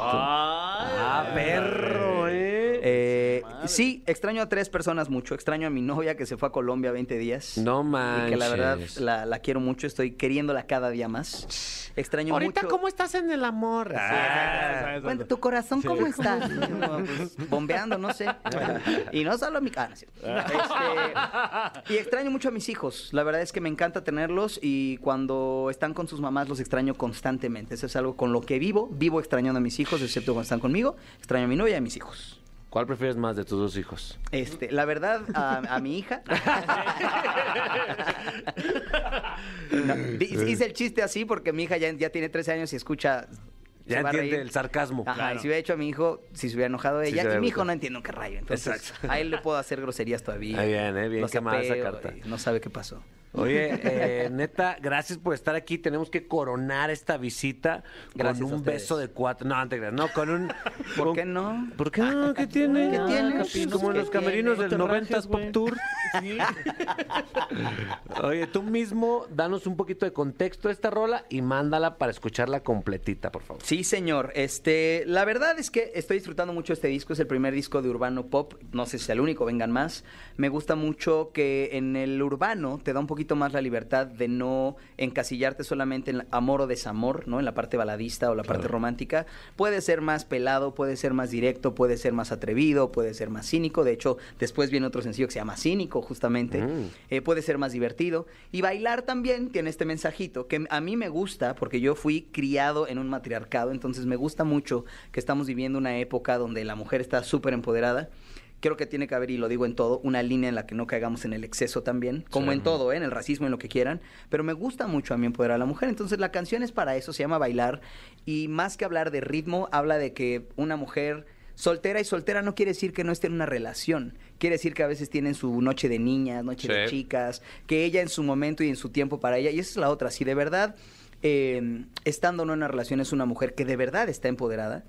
[SPEAKER 3] Ah,
[SPEAKER 2] perro, ¿eh?
[SPEAKER 7] Eh, sí, extraño a tres personas mucho. Extraño a mi novia que se fue a Colombia 20 días.
[SPEAKER 2] No
[SPEAKER 7] Y que la verdad
[SPEAKER 2] manches.
[SPEAKER 7] la, la quiero mucho, estoy queriéndola cada día más. Extraño mucho.
[SPEAKER 2] estás en el amor?
[SPEAKER 7] Ah, bueno, tu corazón, ¿cómo está? No, pues, bombeando, no sé. Y no solo a mi cara, Y extraño mucho a mis hijos. La verdad es que me encanta tenerlos y cuando están con sus mamás los extraño constantemente. Eso es algo con lo que vivo. Vivo extrañando a mis hijos, excepto cuando están conmigo. Extraño a mi novia y a mis hijos.
[SPEAKER 2] ¿Cuál prefieres más de tus dos hijos?
[SPEAKER 7] Este, la verdad, a, a mi hija. No, di- hice el chiste así porque mi hija ya, ya tiene 13 años y escucha.
[SPEAKER 2] Ya
[SPEAKER 7] se va a
[SPEAKER 2] entiende
[SPEAKER 7] reír.
[SPEAKER 2] el sarcasmo.
[SPEAKER 7] Ajá, y si hubiera hecho a mi hijo, si se hubiera enojado
[SPEAKER 2] Sí,
[SPEAKER 7] ella,
[SPEAKER 2] se hubiera
[SPEAKER 7] y mi hijo
[SPEAKER 2] gustado.
[SPEAKER 7] no entiende un qué rayo. Entonces, a él le puedo hacer groserías todavía.
[SPEAKER 2] Ahí bien, eh, bien
[SPEAKER 7] Lo
[SPEAKER 2] quemada esa
[SPEAKER 7] sapeo
[SPEAKER 2] carta.
[SPEAKER 7] y No sabe qué pasó.
[SPEAKER 2] Oye, eh, neta, gracias por estar aquí. Tenemos que coronar esta visita
[SPEAKER 7] Gracias
[SPEAKER 2] con
[SPEAKER 7] a
[SPEAKER 2] un
[SPEAKER 7] ustedes.
[SPEAKER 2] beso de cuatro. No, no te creas, no, con un.
[SPEAKER 7] ¿Por
[SPEAKER 2] con-
[SPEAKER 7] qué no?
[SPEAKER 2] ¿Por qué no? ¿Qué tiene?
[SPEAKER 7] ¿Qué tiene?
[SPEAKER 2] Capi, Como en
[SPEAKER 7] ¿Qué
[SPEAKER 2] los camerinos
[SPEAKER 7] tiene?
[SPEAKER 2] del
[SPEAKER 4] No te
[SPEAKER 2] 90s
[SPEAKER 4] rajes,
[SPEAKER 2] Pop
[SPEAKER 4] güey.
[SPEAKER 2] Tour. Oye, tú mismo, danos un poquito de contexto a esta rola y mándala para escucharla completita, por favor.
[SPEAKER 7] Sí, señor. Este, la verdad es que estoy disfrutando mucho este disco. Es el primer disco de urbano pop. No sé si sea el único, vengan más. Me gusta mucho que en el urbano te da un poquito más la libertad de no encasillarte solamente en amor o desamor, ¿no? En la parte baladista o la parte romántica. Puede ser más pelado, puede ser más directo, puede ser más atrevido, puede ser más cínico. De hecho, después viene otro sencillo que se llama Cínico, justamente. Eh, puede ser más divertido. Y bailar también tiene este mensajito que a mí me gusta porque yo fui criado en un matriarcado, entonces me gusta mucho que estamos viviendo una época donde la mujer está súper empoderada. Creo que tiene que haber, y lo digo en todo, una línea en la que no caigamos en el exceso también, como en todo, ¿eh? en el racismo, en lo que quieran, pero me gusta mucho a mí empoderar a la mujer, entonces la canción es para eso, se llama Bailar, y más que hablar de ritmo, habla de que una mujer soltera y soltera no quiere decir que no esté en una relación, quiere decir que a veces tienen su noche de niñas, noche de
[SPEAKER 8] Sí.
[SPEAKER 7] chicas, chicas, que ella en su momento y en su tiempo para ella. Y esa es la otra. Si de verdad, eh, estando en una relación, es una mujer que de verdad está empoderada,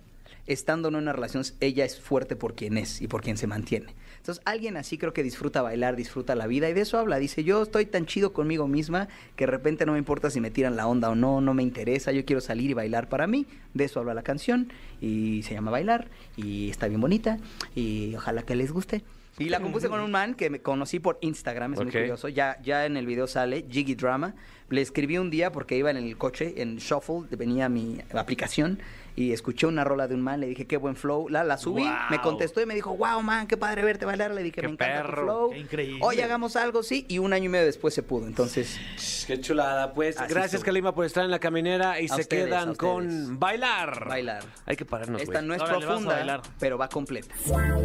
[SPEAKER 7] estando en una relación, ella es fuerte por quien es y por quien se mantiene. Entonces, alguien así creo que disfruta bailar, disfruta la vida y de eso habla. Dice, yo estoy tan chido conmigo misma que de repente no me importa si me tiran la onda o no, no me interesa, yo quiero salir y bailar para mí. De eso habla la canción y se llama Bailar y está bien bonita y ojalá que les guste. Y la compuse con un man que me conocí por Instagram, es
[SPEAKER 2] Ok.
[SPEAKER 7] muy curioso. Ya, ya en el video sale Jiggy Drama. Le escribí un día porque iba en el coche, en Shuffle, venía mi aplicación y escuché una rola de un man. Le dije, qué buen flow. La, la subí, me contestó y me dijo, wow, man, qué padre verte bailar. Le dije,
[SPEAKER 8] Qué
[SPEAKER 7] me encanta tu
[SPEAKER 8] perro,
[SPEAKER 7] flow.
[SPEAKER 3] qué increíble.
[SPEAKER 7] Oye, hagamos algo, sí. Y un año y medio después se pudo. Entonces,
[SPEAKER 2] Qué chulada, pues.
[SPEAKER 7] Así
[SPEAKER 2] Gracias,
[SPEAKER 7] estuvo.
[SPEAKER 2] Kalima, por estar en la caminera y
[SPEAKER 7] A
[SPEAKER 2] se
[SPEAKER 7] ustedes, a
[SPEAKER 2] quedan
[SPEAKER 7] ustedes.
[SPEAKER 2] con Bailar.
[SPEAKER 7] Bailar.
[SPEAKER 2] Hay que pararnos,
[SPEAKER 7] esta
[SPEAKER 2] güey.
[SPEAKER 7] no es
[SPEAKER 3] Órale, vamos a
[SPEAKER 7] profunda,
[SPEAKER 3] bailar.
[SPEAKER 7] pero va completa.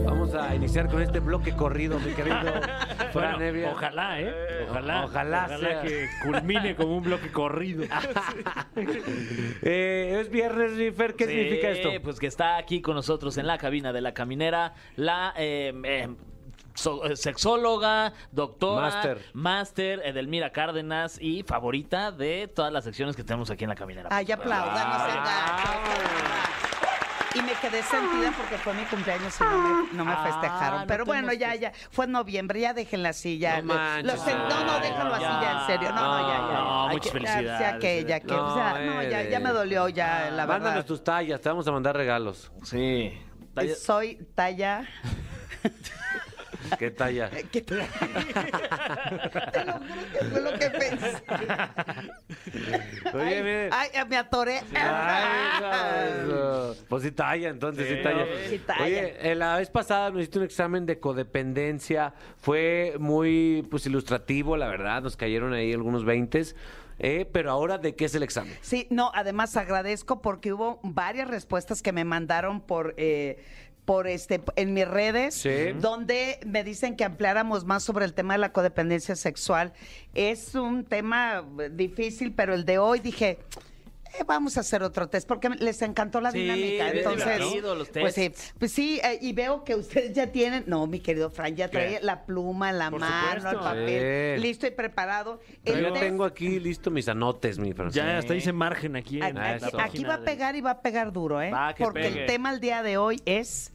[SPEAKER 2] Vamos a iniciar con este bloque corrido, mi querido Fran
[SPEAKER 4] Bueno,
[SPEAKER 2] Evia.
[SPEAKER 4] ojalá, ¿eh? Ojalá.
[SPEAKER 2] Ojalá sea.
[SPEAKER 4] que culmine como un bloque corrido.
[SPEAKER 2] Eh, es viernes, mi Fer, ¿Qué
[SPEAKER 3] Sí,
[SPEAKER 2] significa esto?
[SPEAKER 3] Pues que está aquí con nosotros en la cabina de la caminera, la eh, eh, so- eh, sexóloga, doctora,
[SPEAKER 2] Máster.
[SPEAKER 3] máster, Edelmira Cárdenas y favorita de todas las secciones que tenemos aquí en la caminera. Pues,
[SPEAKER 9] Ay, aplaudan, no se Y me quedé sentida porque fue mi cumpleaños y no me, no me
[SPEAKER 3] Ah,
[SPEAKER 9] festejaron.
[SPEAKER 3] no
[SPEAKER 9] Pero
[SPEAKER 3] te
[SPEAKER 9] bueno, ya, ya. Fue en noviembre, ya déjenla así, ya.
[SPEAKER 2] No manches,
[SPEAKER 9] Los- no, no,
[SPEAKER 3] ay,
[SPEAKER 9] déjalo así,
[SPEAKER 3] ya.
[SPEAKER 9] ya, en serio. No, no, ya, ya.
[SPEAKER 3] No,
[SPEAKER 9] Hay
[SPEAKER 3] muchas
[SPEAKER 9] que darse
[SPEAKER 3] felicidades.
[SPEAKER 2] eh.
[SPEAKER 9] aquella que, o sea, no, ya, ya me dolió ya, la
[SPEAKER 2] Ah, Mándanos
[SPEAKER 9] verdad.
[SPEAKER 2] tus tallas, te vamos a mandar regalos.
[SPEAKER 3] Sí.
[SPEAKER 9] Soy talla...
[SPEAKER 2] ¿Qué talla?
[SPEAKER 9] ¿Qué te... Te lo juro que fue lo que pensé.
[SPEAKER 2] Oye, mire.
[SPEAKER 9] ay, ay, me atoré.
[SPEAKER 2] Ay, eso, eso. Pues sí talla, entonces sí,
[SPEAKER 4] Sí,
[SPEAKER 2] talla.
[SPEAKER 4] no,
[SPEAKER 9] sí talla.
[SPEAKER 2] Oye, eh, la vez pasada nos hiciste un examen de codependencia. Fue muy pues ilustrativo, la verdad. Nos cayeron ahí algunos 20. Eh, pero ahora, ¿de qué es el examen?
[SPEAKER 9] Sí, no, además agradezco porque hubo varias respuestas que me mandaron por... eh, por este en mis redes
[SPEAKER 2] Sí.
[SPEAKER 9] donde me dicen que ampliáramos más sobre el tema de la codependencia sexual es un tema eh, difícil pero el de hoy dije eh, vamos a hacer otro test porque les encantó la
[SPEAKER 3] Sí,
[SPEAKER 9] dinámica
[SPEAKER 3] bien
[SPEAKER 9] entonces
[SPEAKER 3] divertido los
[SPEAKER 9] pues sí
[SPEAKER 3] tests.
[SPEAKER 9] pues sí eh, y veo que ustedes ya tienen no mi querido Fran ya trae
[SPEAKER 4] ¿Qué?
[SPEAKER 9] la pluma en la
[SPEAKER 4] Por
[SPEAKER 9] mano el
[SPEAKER 4] supuesto.
[SPEAKER 9] papel
[SPEAKER 2] Sí.
[SPEAKER 9] listo y preparado
[SPEAKER 2] Pero
[SPEAKER 9] El
[SPEAKER 2] yo
[SPEAKER 9] test-
[SPEAKER 2] tengo aquí listo mis anotes, mi Francisco.
[SPEAKER 4] ya hasta hice margen aquí. en
[SPEAKER 9] Aquí,
[SPEAKER 4] la
[SPEAKER 9] aquí-
[SPEAKER 2] eso.
[SPEAKER 4] página
[SPEAKER 9] aquí va a
[SPEAKER 4] de-
[SPEAKER 9] pegar y va a pegar duro, ¿eh?
[SPEAKER 4] Va, que
[SPEAKER 9] Porque
[SPEAKER 4] pegue.
[SPEAKER 9] el tema el día de hoy es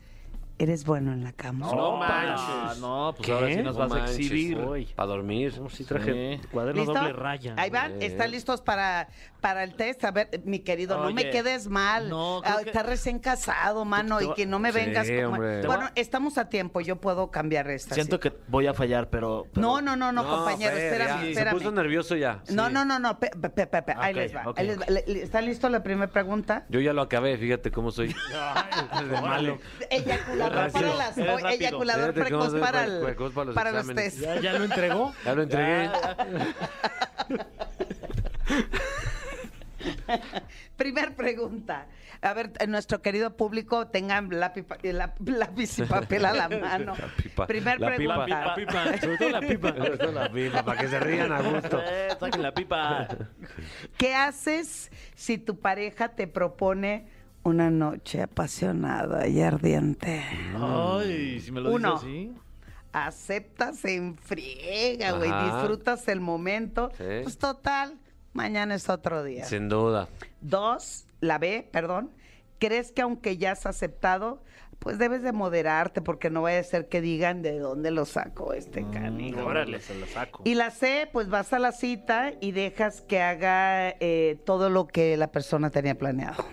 [SPEAKER 9] eres bueno en la cama.
[SPEAKER 8] No manches.
[SPEAKER 3] No, pues
[SPEAKER 4] ¿Qué?
[SPEAKER 3] ahora sí nos vas a exhibir.
[SPEAKER 8] Para dormir.
[SPEAKER 4] Sí, traje cuaderno
[SPEAKER 3] Este
[SPEAKER 9] ¿Listo?
[SPEAKER 4] doble raya.
[SPEAKER 9] Ahí van, están listos para, para el test. A ver, mi querido, no me
[SPEAKER 3] Oye.
[SPEAKER 9] quedes mal.
[SPEAKER 3] No, creo
[SPEAKER 9] Ah,
[SPEAKER 3] que-
[SPEAKER 9] Estás recién casado, mano, y que no me
[SPEAKER 8] Sí,
[SPEAKER 9] vengas como-
[SPEAKER 8] hombre.
[SPEAKER 9] Bueno, estamos a tiempo, yo puedo cambiar esta.
[SPEAKER 3] Siento
[SPEAKER 9] sí.
[SPEAKER 3] que voy a fallar, pero. pero-
[SPEAKER 9] No, no, no, no, compañero,
[SPEAKER 2] Fer,
[SPEAKER 9] espérame,
[SPEAKER 2] ya,
[SPEAKER 9] espérame.
[SPEAKER 2] Se puso nervioso ya.
[SPEAKER 9] No, no, no, no, pe- pe- pe- pe- pe- ahí
[SPEAKER 3] Ok,
[SPEAKER 9] les va.
[SPEAKER 3] ok.
[SPEAKER 9] ahí les va. Le- le- ¿Está listo la primera pregunta?
[SPEAKER 2] Yo ya lo acabé, fíjate cómo soy. de malo.
[SPEAKER 9] Eyaculador
[SPEAKER 2] Eres
[SPEAKER 9] para
[SPEAKER 2] rápido,
[SPEAKER 9] las
[SPEAKER 3] eres
[SPEAKER 9] o-
[SPEAKER 3] rápido.
[SPEAKER 9] eyaculador
[SPEAKER 2] Fíjate cómo
[SPEAKER 9] precoz
[SPEAKER 2] soy
[SPEAKER 9] para,
[SPEAKER 2] para-
[SPEAKER 9] el-
[SPEAKER 2] precoz para los
[SPEAKER 9] para los
[SPEAKER 2] exámenes.
[SPEAKER 9] test.
[SPEAKER 4] ¿Ya, ya lo entregó?
[SPEAKER 2] Ya lo entregué.
[SPEAKER 9] Primer pregunta. A ver, eh, nuestro querido público, tengan lápiz, pa- eh, la- lápiz y papel a la mano.
[SPEAKER 2] pipa,
[SPEAKER 9] Primer
[SPEAKER 2] la pipa.
[SPEAKER 9] pregunta.
[SPEAKER 4] La pipa, sobre todo la pipa.
[SPEAKER 2] Esto la pipa, para que se rían a gusto.
[SPEAKER 3] Eh, saquen la pipa.
[SPEAKER 9] ¿Qué haces si tu pareja te propone una noche apasionada y ardiente?
[SPEAKER 3] Ay, si me lo
[SPEAKER 9] Uno.
[SPEAKER 3] dices así.
[SPEAKER 9] Aceptas en friega, güey.
[SPEAKER 2] Ajá.
[SPEAKER 9] Disfrutas el momento.
[SPEAKER 2] Sí.
[SPEAKER 9] Pues total, mañana es otro día.
[SPEAKER 2] Sin duda.
[SPEAKER 9] Dos, la B, perdón. ¿Crees que aunque ya has aceptado, pues debes de moderarte porque no vaya a ser que digan de dónde lo saco este
[SPEAKER 3] Mm,
[SPEAKER 9] canijo?
[SPEAKER 4] Órale, se la saco.
[SPEAKER 3] Eh.
[SPEAKER 9] Y la C, pues vas a la cita y dejas que haga eh, todo lo que la persona tenía planeado.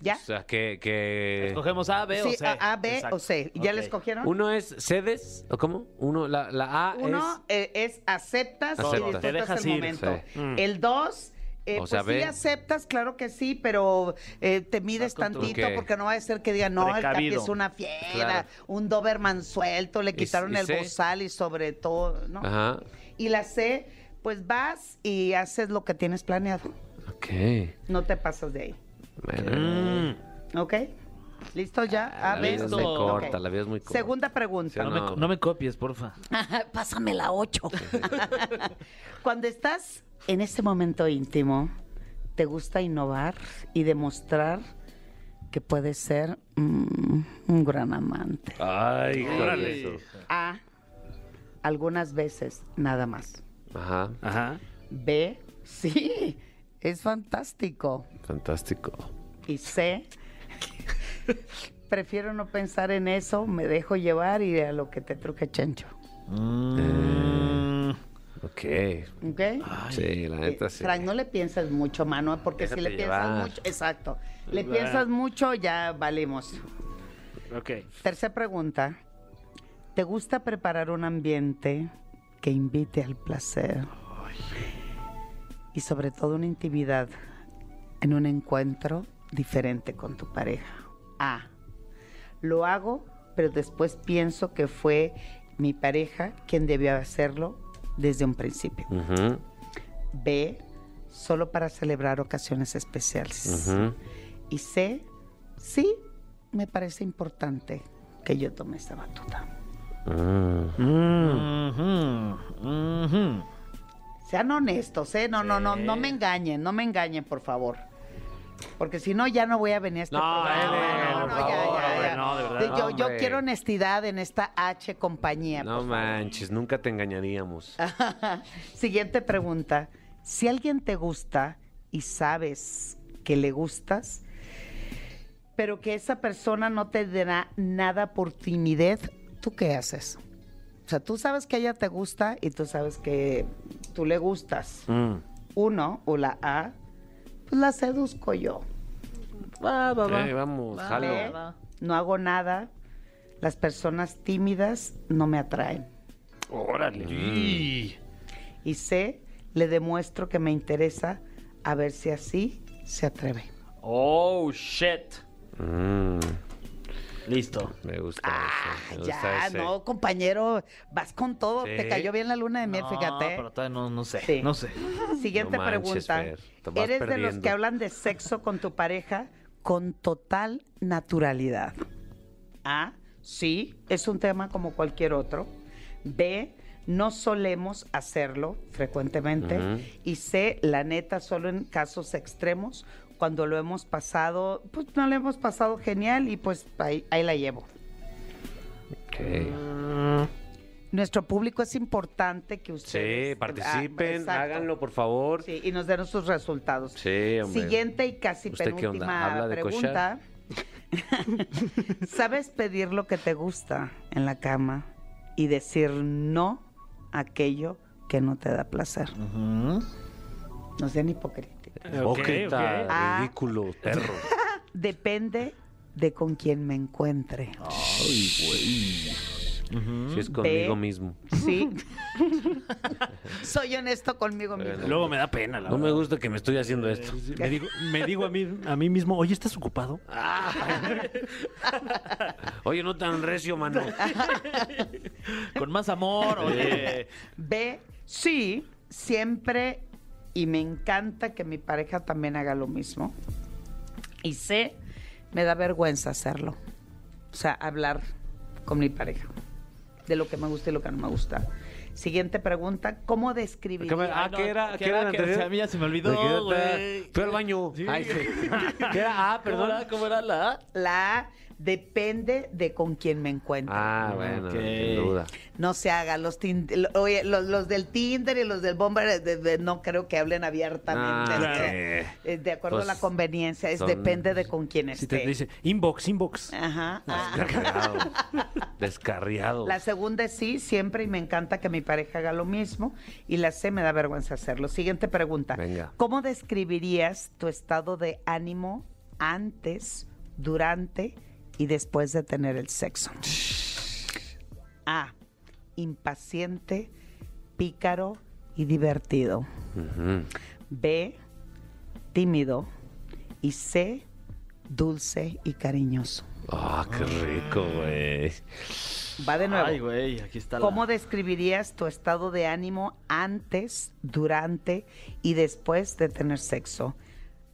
[SPEAKER 9] ¿Ya?
[SPEAKER 2] O sea, que. que...
[SPEAKER 3] Escogemos A, B o
[SPEAKER 9] Sí,
[SPEAKER 3] C.
[SPEAKER 9] A, A, B
[SPEAKER 3] Exacto.
[SPEAKER 9] o C. ¿Ya
[SPEAKER 3] Ok.
[SPEAKER 9] la escogieron?
[SPEAKER 2] Uno es sedes, ¿o cómo? Uno, la, la A
[SPEAKER 9] Uno eh, es, aceptas y
[SPEAKER 2] Aceptas.
[SPEAKER 9] disfrutas
[SPEAKER 3] Te dejas
[SPEAKER 9] el
[SPEAKER 3] ir.
[SPEAKER 9] momento.
[SPEAKER 2] Sí. Mm.
[SPEAKER 9] El dos, eh,
[SPEAKER 2] O sea,
[SPEAKER 9] pues
[SPEAKER 2] ve.
[SPEAKER 9] sí aceptas, claro que sí, pero eh, te mides
[SPEAKER 3] con tu-
[SPEAKER 9] tantito
[SPEAKER 2] Ok.
[SPEAKER 9] porque no va a ser que diga, no, el Capi
[SPEAKER 3] Precavido.
[SPEAKER 9] es una fiera,
[SPEAKER 2] Claro.
[SPEAKER 9] un Doberman suelto, le
[SPEAKER 2] Y-
[SPEAKER 9] quitaron
[SPEAKER 2] y
[SPEAKER 9] el
[SPEAKER 2] C.
[SPEAKER 9] bozal y sobre todo, ¿no?
[SPEAKER 2] es. Ajá.
[SPEAKER 9] Y la C, pues vas y haces lo que tienes planeado.
[SPEAKER 2] Ok.
[SPEAKER 9] No te pasas de ahí.
[SPEAKER 2] Bueno,
[SPEAKER 9] ¿Ok? ¿Listo ya?
[SPEAKER 2] Ah, la
[SPEAKER 9] A, B,
[SPEAKER 2] vida es
[SPEAKER 9] C.
[SPEAKER 2] muy corta,
[SPEAKER 9] Ok.
[SPEAKER 2] la vida es muy corta.
[SPEAKER 9] Segunda pregunta.
[SPEAKER 2] Sí,
[SPEAKER 3] No, me,
[SPEAKER 2] No.
[SPEAKER 3] no me copies, porfa.
[SPEAKER 9] Pásame la 8. Cuando estás en ese momento íntimo, te gusta innovar y demostrar que puedes ser mm, un gran amante.
[SPEAKER 2] Ay, órale.
[SPEAKER 9] A. Algunas veces nada más.
[SPEAKER 2] Ajá.
[SPEAKER 4] Ajá.
[SPEAKER 9] B. Sí, es fantástico.
[SPEAKER 2] Fantástico.
[SPEAKER 9] Y C. Prefiero no pensar en eso, me dejo llevar y a lo que te truje chancho.
[SPEAKER 2] Eh, Ok.
[SPEAKER 9] ¿Ok? Eh,
[SPEAKER 2] sí, la neta sí.
[SPEAKER 9] Frank, no le piensas mucho, mano, porque si le
[SPEAKER 2] Déjate
[SPEAKER 9] piensas
[SPEAKER 2] llevar.
[SPEAKER 9] mucho, exacto. Le piensas mucho, ya valimos.
[SPEAKER 4] Ok.
[SPEAKER 9] Tercera pregunta. ¿Te gusta preparar un ambiente que invite al placer? Y sobre todo una intimidad en un encuentro diferente con tu pareja. A. Lo hago, pero después pienso que fue mi pareja quien debió hacerlo desde un principio.
[SPEAKER 2] Ujú,
[SPEAKER 9] B, solo para celebrar ocasiones especiales.
[SPEAKER 2] ujú.
[SPEAKER 9] Y C, sí, me parece importante que yo tome esta batuta.
[SPEAKER 2] Mm.
[SPEAKER 3] Ujú, ujú.
[SPEAKER 9] Sean honestos, ¿eh? No, no, no, no me engañen, no me engañen, por favor. Porque si no, ya no voy a venir a este
[SPEAKER 2] Ede,
[SPEAKER 9] programa.
[SPEAKER 2] por favor,
[SPEAKER 4] hombre, no, de verdad,
[SPEAKER 9] Yo, yo
[SPEAKER 2] hombre.
[SPEAKER 9] quiero honestidad en esta H compañía.
[SPEAKER 2] No
[SPEAKER 9] por favor.
[SPEAKER 2] manches, nunca te engañaríamos.
[SPEAKER 9] Siguiente pregunta. Si alguien te gusta y sabes que le gustas, pero que esa persona no te dará nada por timidez, ¿tú qué haces? O sea, tú sabes que ella te gusta y tú sabes que tú le gustas.
[SPEAKER 2] Mm.
[SPEAKER 9] Uno, o la A, pues la seduzco yo.
[SPEAKER 2] Eh, vamos,
[SPEAKER 9] B,
[SPEAKER 2] jalo.
[SPEAKER 9] no hago nada. Las personas tímidas no me atraen.
[SPEAKER 4] Órale.
[SPEAKER 9] y C, le demuestro que me interesa a ver si así se atreve.
[SPEAKER 4] Oh, shit.
[SPEAKER 2] Mm,
[SPEAKER 3] Listo.
[SPEAKER 2] me gusta ese, me gusta
[SPEAKER 9] Ah, Ya,
[SPEAKER 2] ese.
[SPEAKER 9] no, compañero, vas con todo.
[SPEAKER 2] Sí.
[SPEAKER 9] Te cayó bien la luna de miel,
[SPEAKER 3] No,
[SPEAKER 9] fíjate.
[SPEAKER 3] Ah, Pero todavía no, no sé.
[SPEAKER 9] Sí.
[SPEAKER 3] No sé.
[SPEAKER 9] Siguiente
[SPEAKER 2] No manches,
[SPEAKER 9] pregunta.
[SPEAKER 2] Fer, te vas
[SPEAKER 9] ¿Eres de los
[SPEAKER 2] perdiendo.
[SPEAKER 9] que hablan de sexo con tu pareja con total naturalidad? A, sí, es un tema como cualquier otro. B, no solemos hacerlo frecuentemente.
[SPEAKER 2] Ujú.
[SPEAKER 9] Y C, la neta, solo en casos extremos, cuando lo hemos pasado, pues no lo hemos pasado genial y pues ahí, ahí la llevo.
[SPEAKER 2] Ok.
[SPEAKER 9] Nuestro público es importante que ustedes...
[SPEAKER 2] Sí, participen,
[SPEAKER 9] Ah, exacto.
[SPEAKER 2] háganlo, por favor.
[SPEAKER 9] Sí, y nos den sus resultados.
[SPEAKER 2] Sí, hombre.
[SPEAKER 9] Siguiente y casi
[SPEAKER 2] ¿Usted qué onda?
[SPEAKER 9] penúltima
[SPEAKER 2] ¿Habla de
[SPEAKER 9] pregunta. Sabes pedir lo que te gusta en la cama y decir no a aquello que no te da placer. No sean hipócritas.
[SPEAKER 8] Hipócrita,
[SPEAKER 9] ok. Ah.
[SPEAKER 8] ridículo, perro.
[SPEAKER 9] Depende de con quién me encuentre.
[SPEAKER 2] Oh. Si es conmigo
[SPEAKER 9] Ve.
[SPEAKER 2] mismo.
[SPEAKER 9] Sí. Soy honesto conmigo mismo.
[SPEAKER 4] Luego me da pena, la
[SPEAKER 2] No me
[SPEAKER 4] verdad.
[SPEAKER 2] gusta que me estoy haciendo esto.
[SPEAKER 10] Me digo, me digo a, mí, a mí mismo, oye, ¿estás ocupado?
[SPEAKER 2] Oye, no tan recio, mano.
[SPEAKER 3] Con más amor, oye.
[SPEAKER 9] B, sí, siempre y me encanta que mi pareja también haga lo mismo. Y C, me da vergüenza hacerlo. O sea, hablar con mi pareja de lo que me gusta y lo que no me gusta. Siguiente pregunta, ¿cómo describiría?
[SPEAKER 2] Ah, ¿qué era? ¿Qué era
[SPEAKER 3] que- o sea, a mí ya se me olvidó,
[SPEAKER 2] Me quedé atrás.
[SPEAKER 3] güey.
[SPEAKER 2] Fui al baño. Ay, sí. ¿Qué era? Ah,
[SPEAKER 3] ¿Cómo
[SPEAKER 2] perdón.
[SPEAKER 3] era, cómo era la A?
[SPEAKER 9] La A, depende de con quién me encuentre.
[SPEAKER 2] Ah, bueno,
[SPEAKER 3] Ok.
[SPEAKER 2] sin duda.
[SPEAKER 9] No se haga. Los, tin- lo- oye, los, los del Tinder y los del Bomber de- de- no creo que hablen abiertamente.
[SPEAKER 2] Ah,
[SPEAKER 9] Es que, eh, de acuerdo a
[SPEAKER 2] Pues,
[SPEAKER 9] la conveniencia, es
[SPEAKER 2] son-
[SPEAKER 9] depende de con quién
[SPEAKER 10] Si
[SPEAKER 9] esté.
[SPEAKER 10] te dice, inbox, inbox.
[SPEAKER 9] Ajá. Ah.
[SPEAKER 2] Descarriado. Descarriado.
[SPEAKER 9] La segunda es sí, siempre y me encanta que mi pareja haga lo mismo. Y la C me da vergüenza hacerlo. Siguiente pregunta.
[SPEAKER 2] Venga.
[SPEAKER 9] ¿Cómo describirías tu estado de ánimo antes, durante y después de tener el sexo? A. Impaciente, pícaro y divertido.
[SPEAKER 2] Ujú.
[SPEAKER 9] B. Tímido. Y C. Dulce y cariñoso.
[SPEAKER 2] Ah, qué rico, güey.
[SPEAKER 9] Va de nuevo.
[SPEAKER 3] Ay, güey, aquí está la
[SPEAKER 9] ¿Cómo describirías tu estado de ánimo antes, durante y después de tener sexo?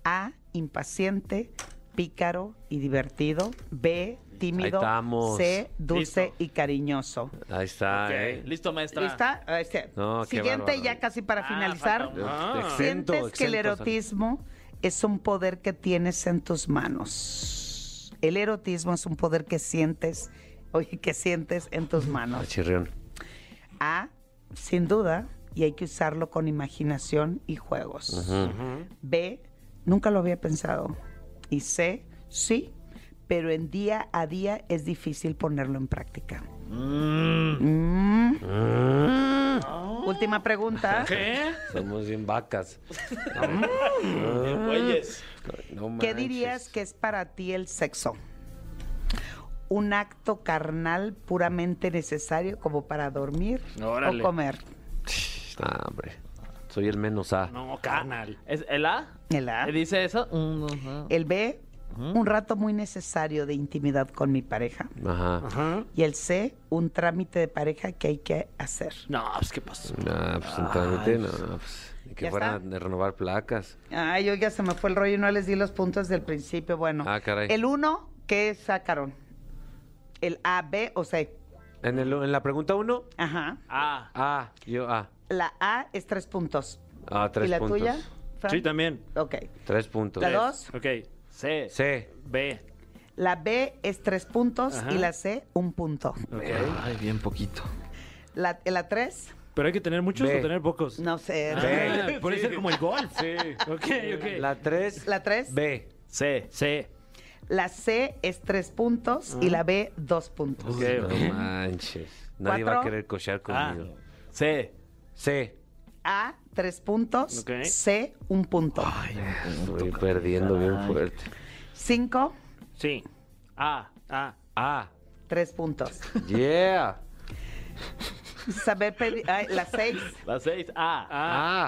[SPEAKER 9] A. Impaciente, pícaro y divertido. B. Tímido.
[SPEAKER 2] Ahí estamos.
[SPEAKER 9] C. Dulce
[SPEAKER 3] Listo.
[SPEAKER 9] y cariñoso.
[SPEAKER 2] Ahí está,
[SPEAKER 3] Ok,
[SPEAKER 2] eh.
[SPEAKER 3] Listo, maestra.
[SPEAKER 9] ¿Lista? Ahí está.
[SPEAKER 2] No, qué
[SPEAKER 9] Siguiente,
[SPEAKER 2] bárbaro.
[SPEAKER 9] ya casi para
[SPEAKER 3] Ah,
[SPEAKER 9] finalizar.
[SPEAKER 3] falta
[SPEAKER 2] Exento,
[SPEAKER 9] ¿Sientes que el
[SPEAKER 2] exento,
[SPEAKER 9] erotismo es un poder que tienes en tus manos? El erotismo es un poder que sientes, oye, que sientes en tus
[SPEAKER 2] Ah,
[SPEAKER 9] manos.
[SPEAKER 2] chirrión.
[SPEAKER 9] A, sin duda, y hay que usarlo con imaginación y juegos. B, nunca lo había pensado. Y C, sí, pero en día a día es difícil ponerlo en práctica. Mm. Última pregunta.
[SPEAKER 2] Somos bien vacas. Ah.
[SPEAKER 3] Güeyes.
[SPEAKER 2] No
[SPEAKER 9] ¿Qué
[SPEAKER 2] manches.
[SPEAKER 9] dirías que es para ti el sexo? Un acto carnal puramente necesario como para dormir
[SPEAKER 3] Órale.
[SPEAKER 9] o comer.
[SPEAKER 2] Ah, hombre. Soy el menos A.
[SPEAKER 10] No, canal.
[SPEAKER 3] ¿Es ¿El A?
[SPEAKER 9] El A.
[SPEAKER 3] ¿Dice eso? Mm, ajá.
[SPEAKER 9] El B, un rato muy necesario de intimidad con mi pareja.
[SPEAKER 2] Ajá.
[SPEAKER 10] Ajá.
[SPEAKER 9] Y el C, un trámite de pareja que hay que hacer.
[SPEAKER 3] No, pues, ¿qué pasó?
[SPEAKER 2] No, pues un trámite, no, pues. ni Que
[SPEAKER 9] ¿Ya
[SPEAKER 2] fueran
[SPEAKER 9] está?
[SPEAKER 2] a renovar placas.
[SPEAKER 9] Ay, yo ya se me fue el rollo y no les di los puntos del principio. Bueno,
[SPEAKER 2] Ah, caray.
[SPEAKER 9] el 1, ¿qué sacaron? El A, B o C.
[SPEAKER 2] En, el, en la pregunta 1,
[SPEAKER 9] Ajá.
[SPEAKER 4] Ah.
[SPEAKER 3] A.
[SPEAKER 2] A, yo A.
[SPEAKER 9] La A es tres puntos.
[SPEAKER 2] Ah, tres
[SPEAKER 9] ¿Y la
[SPEAKER 2] puntos.
[SPEAKER 9] tuya? Fran?
[SPEAKER 10] Sí, también.
[SPEAKER 9] Ok.
[SPEAKER 2] Tres puntos.
[SPEAKER 9] La dos.
[SPEAKER 10] Ok.
[SPEAKER 3] C.
[SPEAKER 2] C.
[SPEAKER 3] B.
[SPEAKER 9] La B es tres puntos y la C, un punto.
[SPEAKER 3] Ay, bien poquito.
[SPEAKER 9] La, la tres,
[SPEAKER 10] ¿Pero hay que tener muchos
[SPEAKER 2] Ve.
[SPEAKER 10] o tener pocos?
[SPEAKER 9] no sé.
[SPEAKER 2] Ve.
[SPEAKER 10] Ah, puede ser como el golf. Sí. Ok, ok.
[SPEAKER 2] La 3.
[SPEAKER 9] La tres.
[SPEAKER 2] B.
[SPEAKER 3] C.
[SPEAKER 10] C.
[SPEAKER 9] La C es tres puntos y
[SPEAKER 2] Ah.
[SPEAKER 9] la B, dos puntos.
[SPEAKER 2] No manches. Nadie va a
[SPEAKER 9] Cuatro. Ah.
[SPEAKER 2] querer cochar conmigo.
[SPEAKER 3] C.
[SPEAKER 2] C.
[SPEAKER 9] A, tres puntos.
[SPEAKER 10] Ok.
[SPEAKER 9] C, un punto.
[SPEAKER 2] Estoy perdiendo bien fuerte.
[SPEAKER 9] Cinco,
[SPEAKER 10] Sí. A. A.
[SPEAKER 2] A.
[SPEAKER 9] tres puntos.
[SPEAKER 2] Yeah.
[SPEAKER 9] Saber pedir. ay, la seis,
[SPEAKER 3] La 6. A.
[SPEAKER 4] Ah,
[SPEAKER 10] A.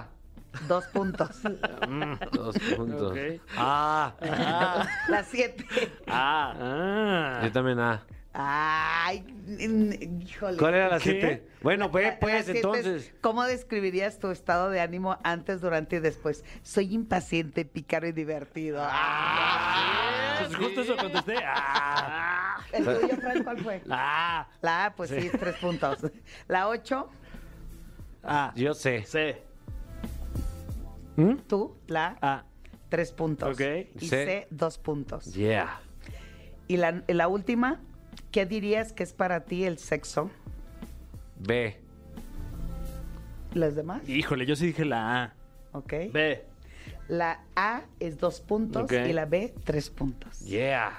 [SPEAKER 2] A.
[SPEAKER 9] dos puntos.
[SPEAKER 2] Dos puntos.
[SPEAKER 10] Ok.
[SPEAKER 2] A.
[SPEAKER 4] Ah.
[SPEAKER 9] La siete.
[SPEAKER 3] A.
[SPEAKER 10] Ah.
[SPEAKER 2] Yo también A.
[SPEAKER 9] Ay, n- híjole.
[SPEAKER 2] ¿Cuál era la
[SPEAKER 10] ¿Qué?
[SPEAKER 2] 7? Bueno,
[SPEAKER 9] La-
[SPEAKER 2] pues,
[SPEAKER 9] la
[SPEAKER 2] pues,
[SPEAKER 9] siete es,
[SPEAKER 2] entonces.
[SPEAKER 9] ¿Cómo describirías tu estado de ánimo antes, durante y después? Soy impaciente, pícaro y divertido.
[SPEAKER 10] Ah,
[SPEAKER 2] Ah.
[SPEAKER 10] Pues justo eso contesté. Ah.
[SPEAKER 9] Ah, ¿El tuyo, Fran, cuál fue?
[SPEAKER 10] Ah.
[SPEAKER 9] La A, pues sí, tres puntos. La ocho,
[SPEAKER 10] Ah.
[SPEAKER 2] Yo sé.
[SPEAKER 3] C.
[SPEAKER 9] tú, la
[SPEAKER 10] Ah.
[SPEAKER 9] tres puntos.
[SPEAKER 10] Ok.
[SPEAKER 9] Y
[SPEAKER 2] C.
[SPEAKER 9] C, dos puntos.
[SPEAKER 2] Yeah.
[SPEAKER 9] Y la, la última, ¿qué dirías que es para ti el sexo?
[SPEAKER 2] B.
[SPEAKER 9] ¿Los demás?
[SPEAKER 10] Híjole, yo sí dije la A.
[SPEAKER 9] Ok.
[SPEAKER 3] B.
[SPEAKER 9] La A es dos puntos
[SPEAKER 10] Ok.
[SPEAKER 9] y la B, tres puntos.
[SPEAKER 2] Yeah.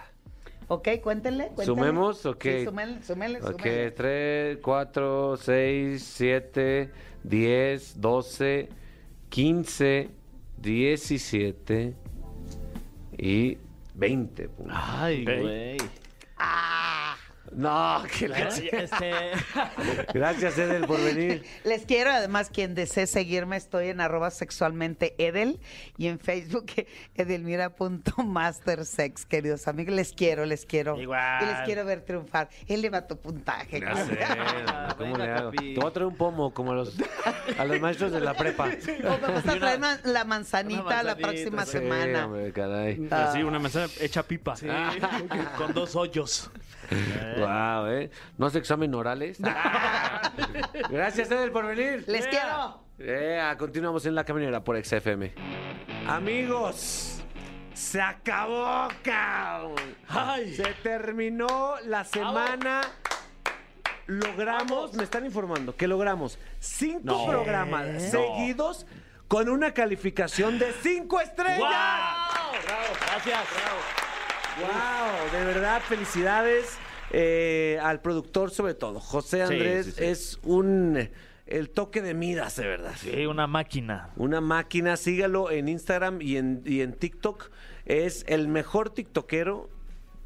[SPEAKER 9] Ok, cuéntenle. cuéntenle.
[SPEAKER 2] ¿Sumemos? Ok.
[SPEAKER 9] Sí, súmenle, súmenle,
[SPEAKER 2] Ok,
[SPEAKER 9] súmenle.
[SPEAKER 2] 3, 4, 6, 7, 10, 12, 15, 17 y 20 puntos.
[SPEAKER 3] Ay,
[SPEAKER 2] Ok.
[SPEAKER 3] güey.
[SPEAKER 2] No, que la...
[SPEAKER 3] Este...
[SPEAKER 2] Gracias, Edel, por venir.
[SPEAKER 9] Les quiero, además, quien desee seguirme, estoy en arroba sexualmente Edel y en Facebook edelmira.mastersex, queridos amigos. Les quiero, les quiero.
[SPEAKER 10] Igual.
[SPEAKER 9] Y les quiero ver triunfar. Eleva tu puntaje.
[SPEAKER 2] ¿Cómo le hago? Te voy a traer un pomo como a los, a los maestros de la prepa.
[SPEAKER 9] O me gusta traer man- la manzanita, la próxima
[SPEAKER 2] Sí,
[SPEAKER 9] semana.
[SPEAKER 2] hombre, caray.
[SPEAKER 10] Así, una manzana hecha pipa.
[SPEAKER 3] Ah.
[SPEAKER 10] Con dos hoyos.
[SPEAKER 2] Wow, ¿eh? ¿No hace examen orales? Gracias, Edel, por venir.
[SPEAKER 9] Les quiero.
[SPEAKER 2] Eh, continuamos en la caminera por XFM. Amigos, se acabó, cabrón. Se terminó la semana. Logramos, me están informando que logramos cinco
[SPEAKER 10] No.
[SPEAKER 2] programas
[SPEAKER 10] ¿Eh?
[SPEAKER 2] seguidos con una calificación de cinco estrellas.
[SPEAKER 10] Gracias.
[SPEAKER 2] ¡Wow! De verdad, felicidades eh, al productor, sobre todo. José
[SPEAKER 3] Sí,
[SPEAKER 2] Andrés
[SPEAKER 3] sí, sí.
[SPEAKER 2] es un. El toque de Midas, de verdad.
[SPEAKER 3] Sí, una máquina.
[SPEAKER 2] Una máquina, sígalo en Instagram y en, y en TikTok. Es el mejor TikTokero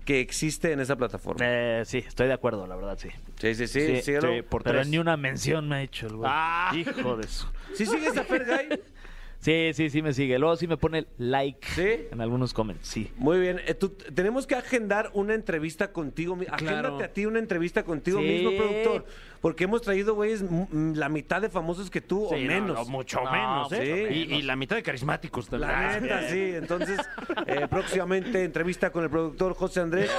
[SPEAKER 2] que existe en esa plataforma.
[SPEAKER 3] Eh, sí, estoy de acuerdo, la verdad, sí.
[SPEAKER 2] Sí, sí, sí, sígalo.
[SPEAKER 3] Pero
[SPEAKER 2] tres.
[SPEAKER 3] ni una mención me ha hecho el güey.
[SPEAKER 10] Ah.
[SPEAKER 3] Hijo de su.
[SPEAKER 2] Si sigues a Fergay,
[SPEAKER 3] Sí, sí, sí me sigue. Luego sí me pone like
[SPEAKER 2] ¿sí?
[SPEAKER 3] en algunos comments, sí.
[SPEAKER 2] Muy bien. eh, tú- tenemos que agendar una entrevista contigo. mi- Agéndate a ti una entrevista contigo
[SPEAKER 3] Sí.
[SPEAKER 2] mismo, productor. Porque hemos traído, güeyes, m- la mitad de famosos que tú o
[SPEAKER 10] Sí, no,
[SPEAKER 2] menos.
[SPEAKER 10] no, mucho
[SPEAKER 3] No,
[SPEAKER 10] menos,
[SPEAKER 2] mucho
[SPEAKER 10] ¿eh? Y,
[SPEAKER 2] menos.
[SPEAKER 10] y la mitad de carismáticos también. Ah,
[SPEAKER 2] La neta, sí. Entonces, eh, próximamente entrevista con el productor José Andrés,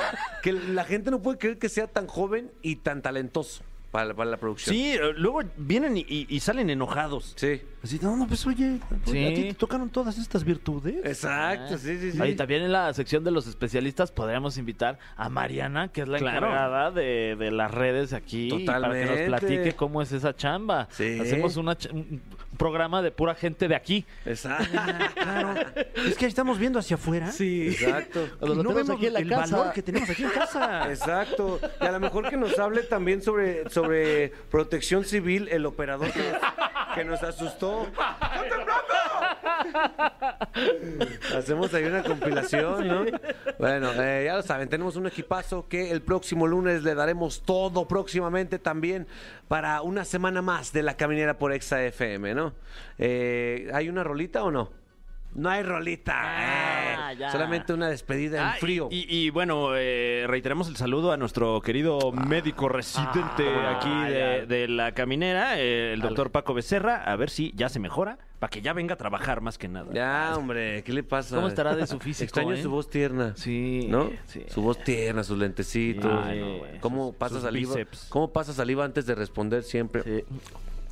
[SPEAKER 2] que la gente no puede creer que sea tan joven y tan talentoso para, la- para la producción.
[SPEAKER 10] Sí, eh, luego vienen y, y- y salen enojados.
[SPEAKER 2] Sí.
[SPEAKER 10] Así, no, no, pues oye,
[SPEAKER 3] Sí.
[SPEAKER 10] ¿a ti te tocaron todas estas virtudes? Ah.
[SPEAKER 2] Exacto, sí, sí, sí.
[SPEAKER 3] Oye, también en la sección de los especialistas podríamos invitar a Mariana, que es la
[SPEAKER 10] Claro.
[SPEAKER 3] encargada de, de las redes aquí, y para que
[SPEAKER 2] Totalmente.
[SPEAKER 3] nos platique cómo es esa chamba.
[SPEAKER 2] Sí.
[SPEAKER 3] Hacemos una ch- un un programa de pura gente de aquí.
[SPEAKER 2] Exacto.
[SPEAKER 10] Ah, Es que estamos viendo hacia afuera.
[SPEAKER 2] Sí. Exacto.
[SPEAKER 3] Los
[SPEAKER 10] y no
[SPEAKER 3] tenemos
[SPEAKER 10] vemos
[SPEAKER 3] aquí en la
[SPEAKER 10] el
[SPEAKER 3] casa.
[SPEAKER 10] valor que tenemos aquí en casa.
[SPEAKER 2] Exacto. Y a lo mejor que nos hable también sobre, sobre protección civil, el operador que nos, que nos asustó. Hacemos ahí una compilación, ¿no? Bueno, eh, ya lo saben, tenemos un equipazo que el próximo lunes le daremos todo próximamente también para una semana más de la caminera por Exa FM, ¿no? Eh, ¿Hay una rolita o no? No hay rolita.
[SPEAKER 3] Ah,
[SPEAKER 2] eh.
[SPEAKER 3] ya.
[SPEAKER 2] Solamente una despedida en
[SPEAKER 10] Ah, y-
[SPEAKER 2] frío.
[SPEAKER 10] Y, y, bueno, eh, reiteramos el saludo a nuestro querido médico residente
[SPEAKER 3] Ah,
[SPEAKER 10] aquí
[SPEAKER 3] ya.
[SPEAKER 10] de, de la caminera, eh, el
[SPEAKER 3] Al-
[SPEAKER 10] doctor Paco Becerra, a ver si ya se mejora, para que ya venga a trabajar más que nada.
[SPEAKER 2] Ya, hombre, ¿qué le pasa?
[SPEAKER 3] ¿Cómo estará de su físico,
[SPEAKER 2] Extraño
[SPEAKER 3] eh?
[SPEAKER 2] su voz tierna.
[SPEAKER 3] Sí,
[SPEAKER 2] ¿No?
[SPEAKER 3] sí.
[SPEAKER 2] Su voz tierna, sus lentecitos.
[SPEAKER 10] Ay, no, güey.
[SPEAKER 2] ¿Cómo
[SPEAKER 10] Sus-
[SPEAKER 2] pasa
[SPEAKER 10] sus
[SPEAKER 2] saliva?
[SPEAKER 10] bíceps.
[SPEAKER 2] ¿Cómo pasa saliva antes de responder siempre?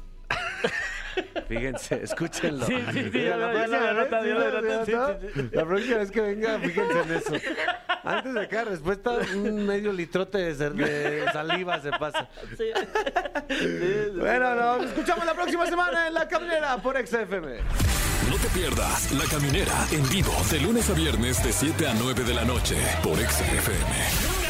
[SPEAKER 2] Fíjense, escúchenlo.
[SPEAKER 10] Sí, sí, sí,
[SPEAKER 2] Mira,
[SPEAKER 10] ya lo- ya
[SPEAKER 2] próxima
[SPEAKER 10] lo adelantan,
[SPEAKER 2] vez-
[SPEAKER 10] ya lo adelantan,
[SPEAKER 2] sí,
[SPEAKER 10] sí,
[SPEAKER 2] ¿no? La próxima vez que venga, fíjense en eso. Antes de cada respuesta, un medio litrote de, cer- de saliva se pasa. Bueno, pues, nos escuchamos la próxima semana en La Cabrera por XFM.
[SPEAKER 1] No te pierdas La Caminera en vivo de lunes a viernes de 7 a 9 de la noche por XFM.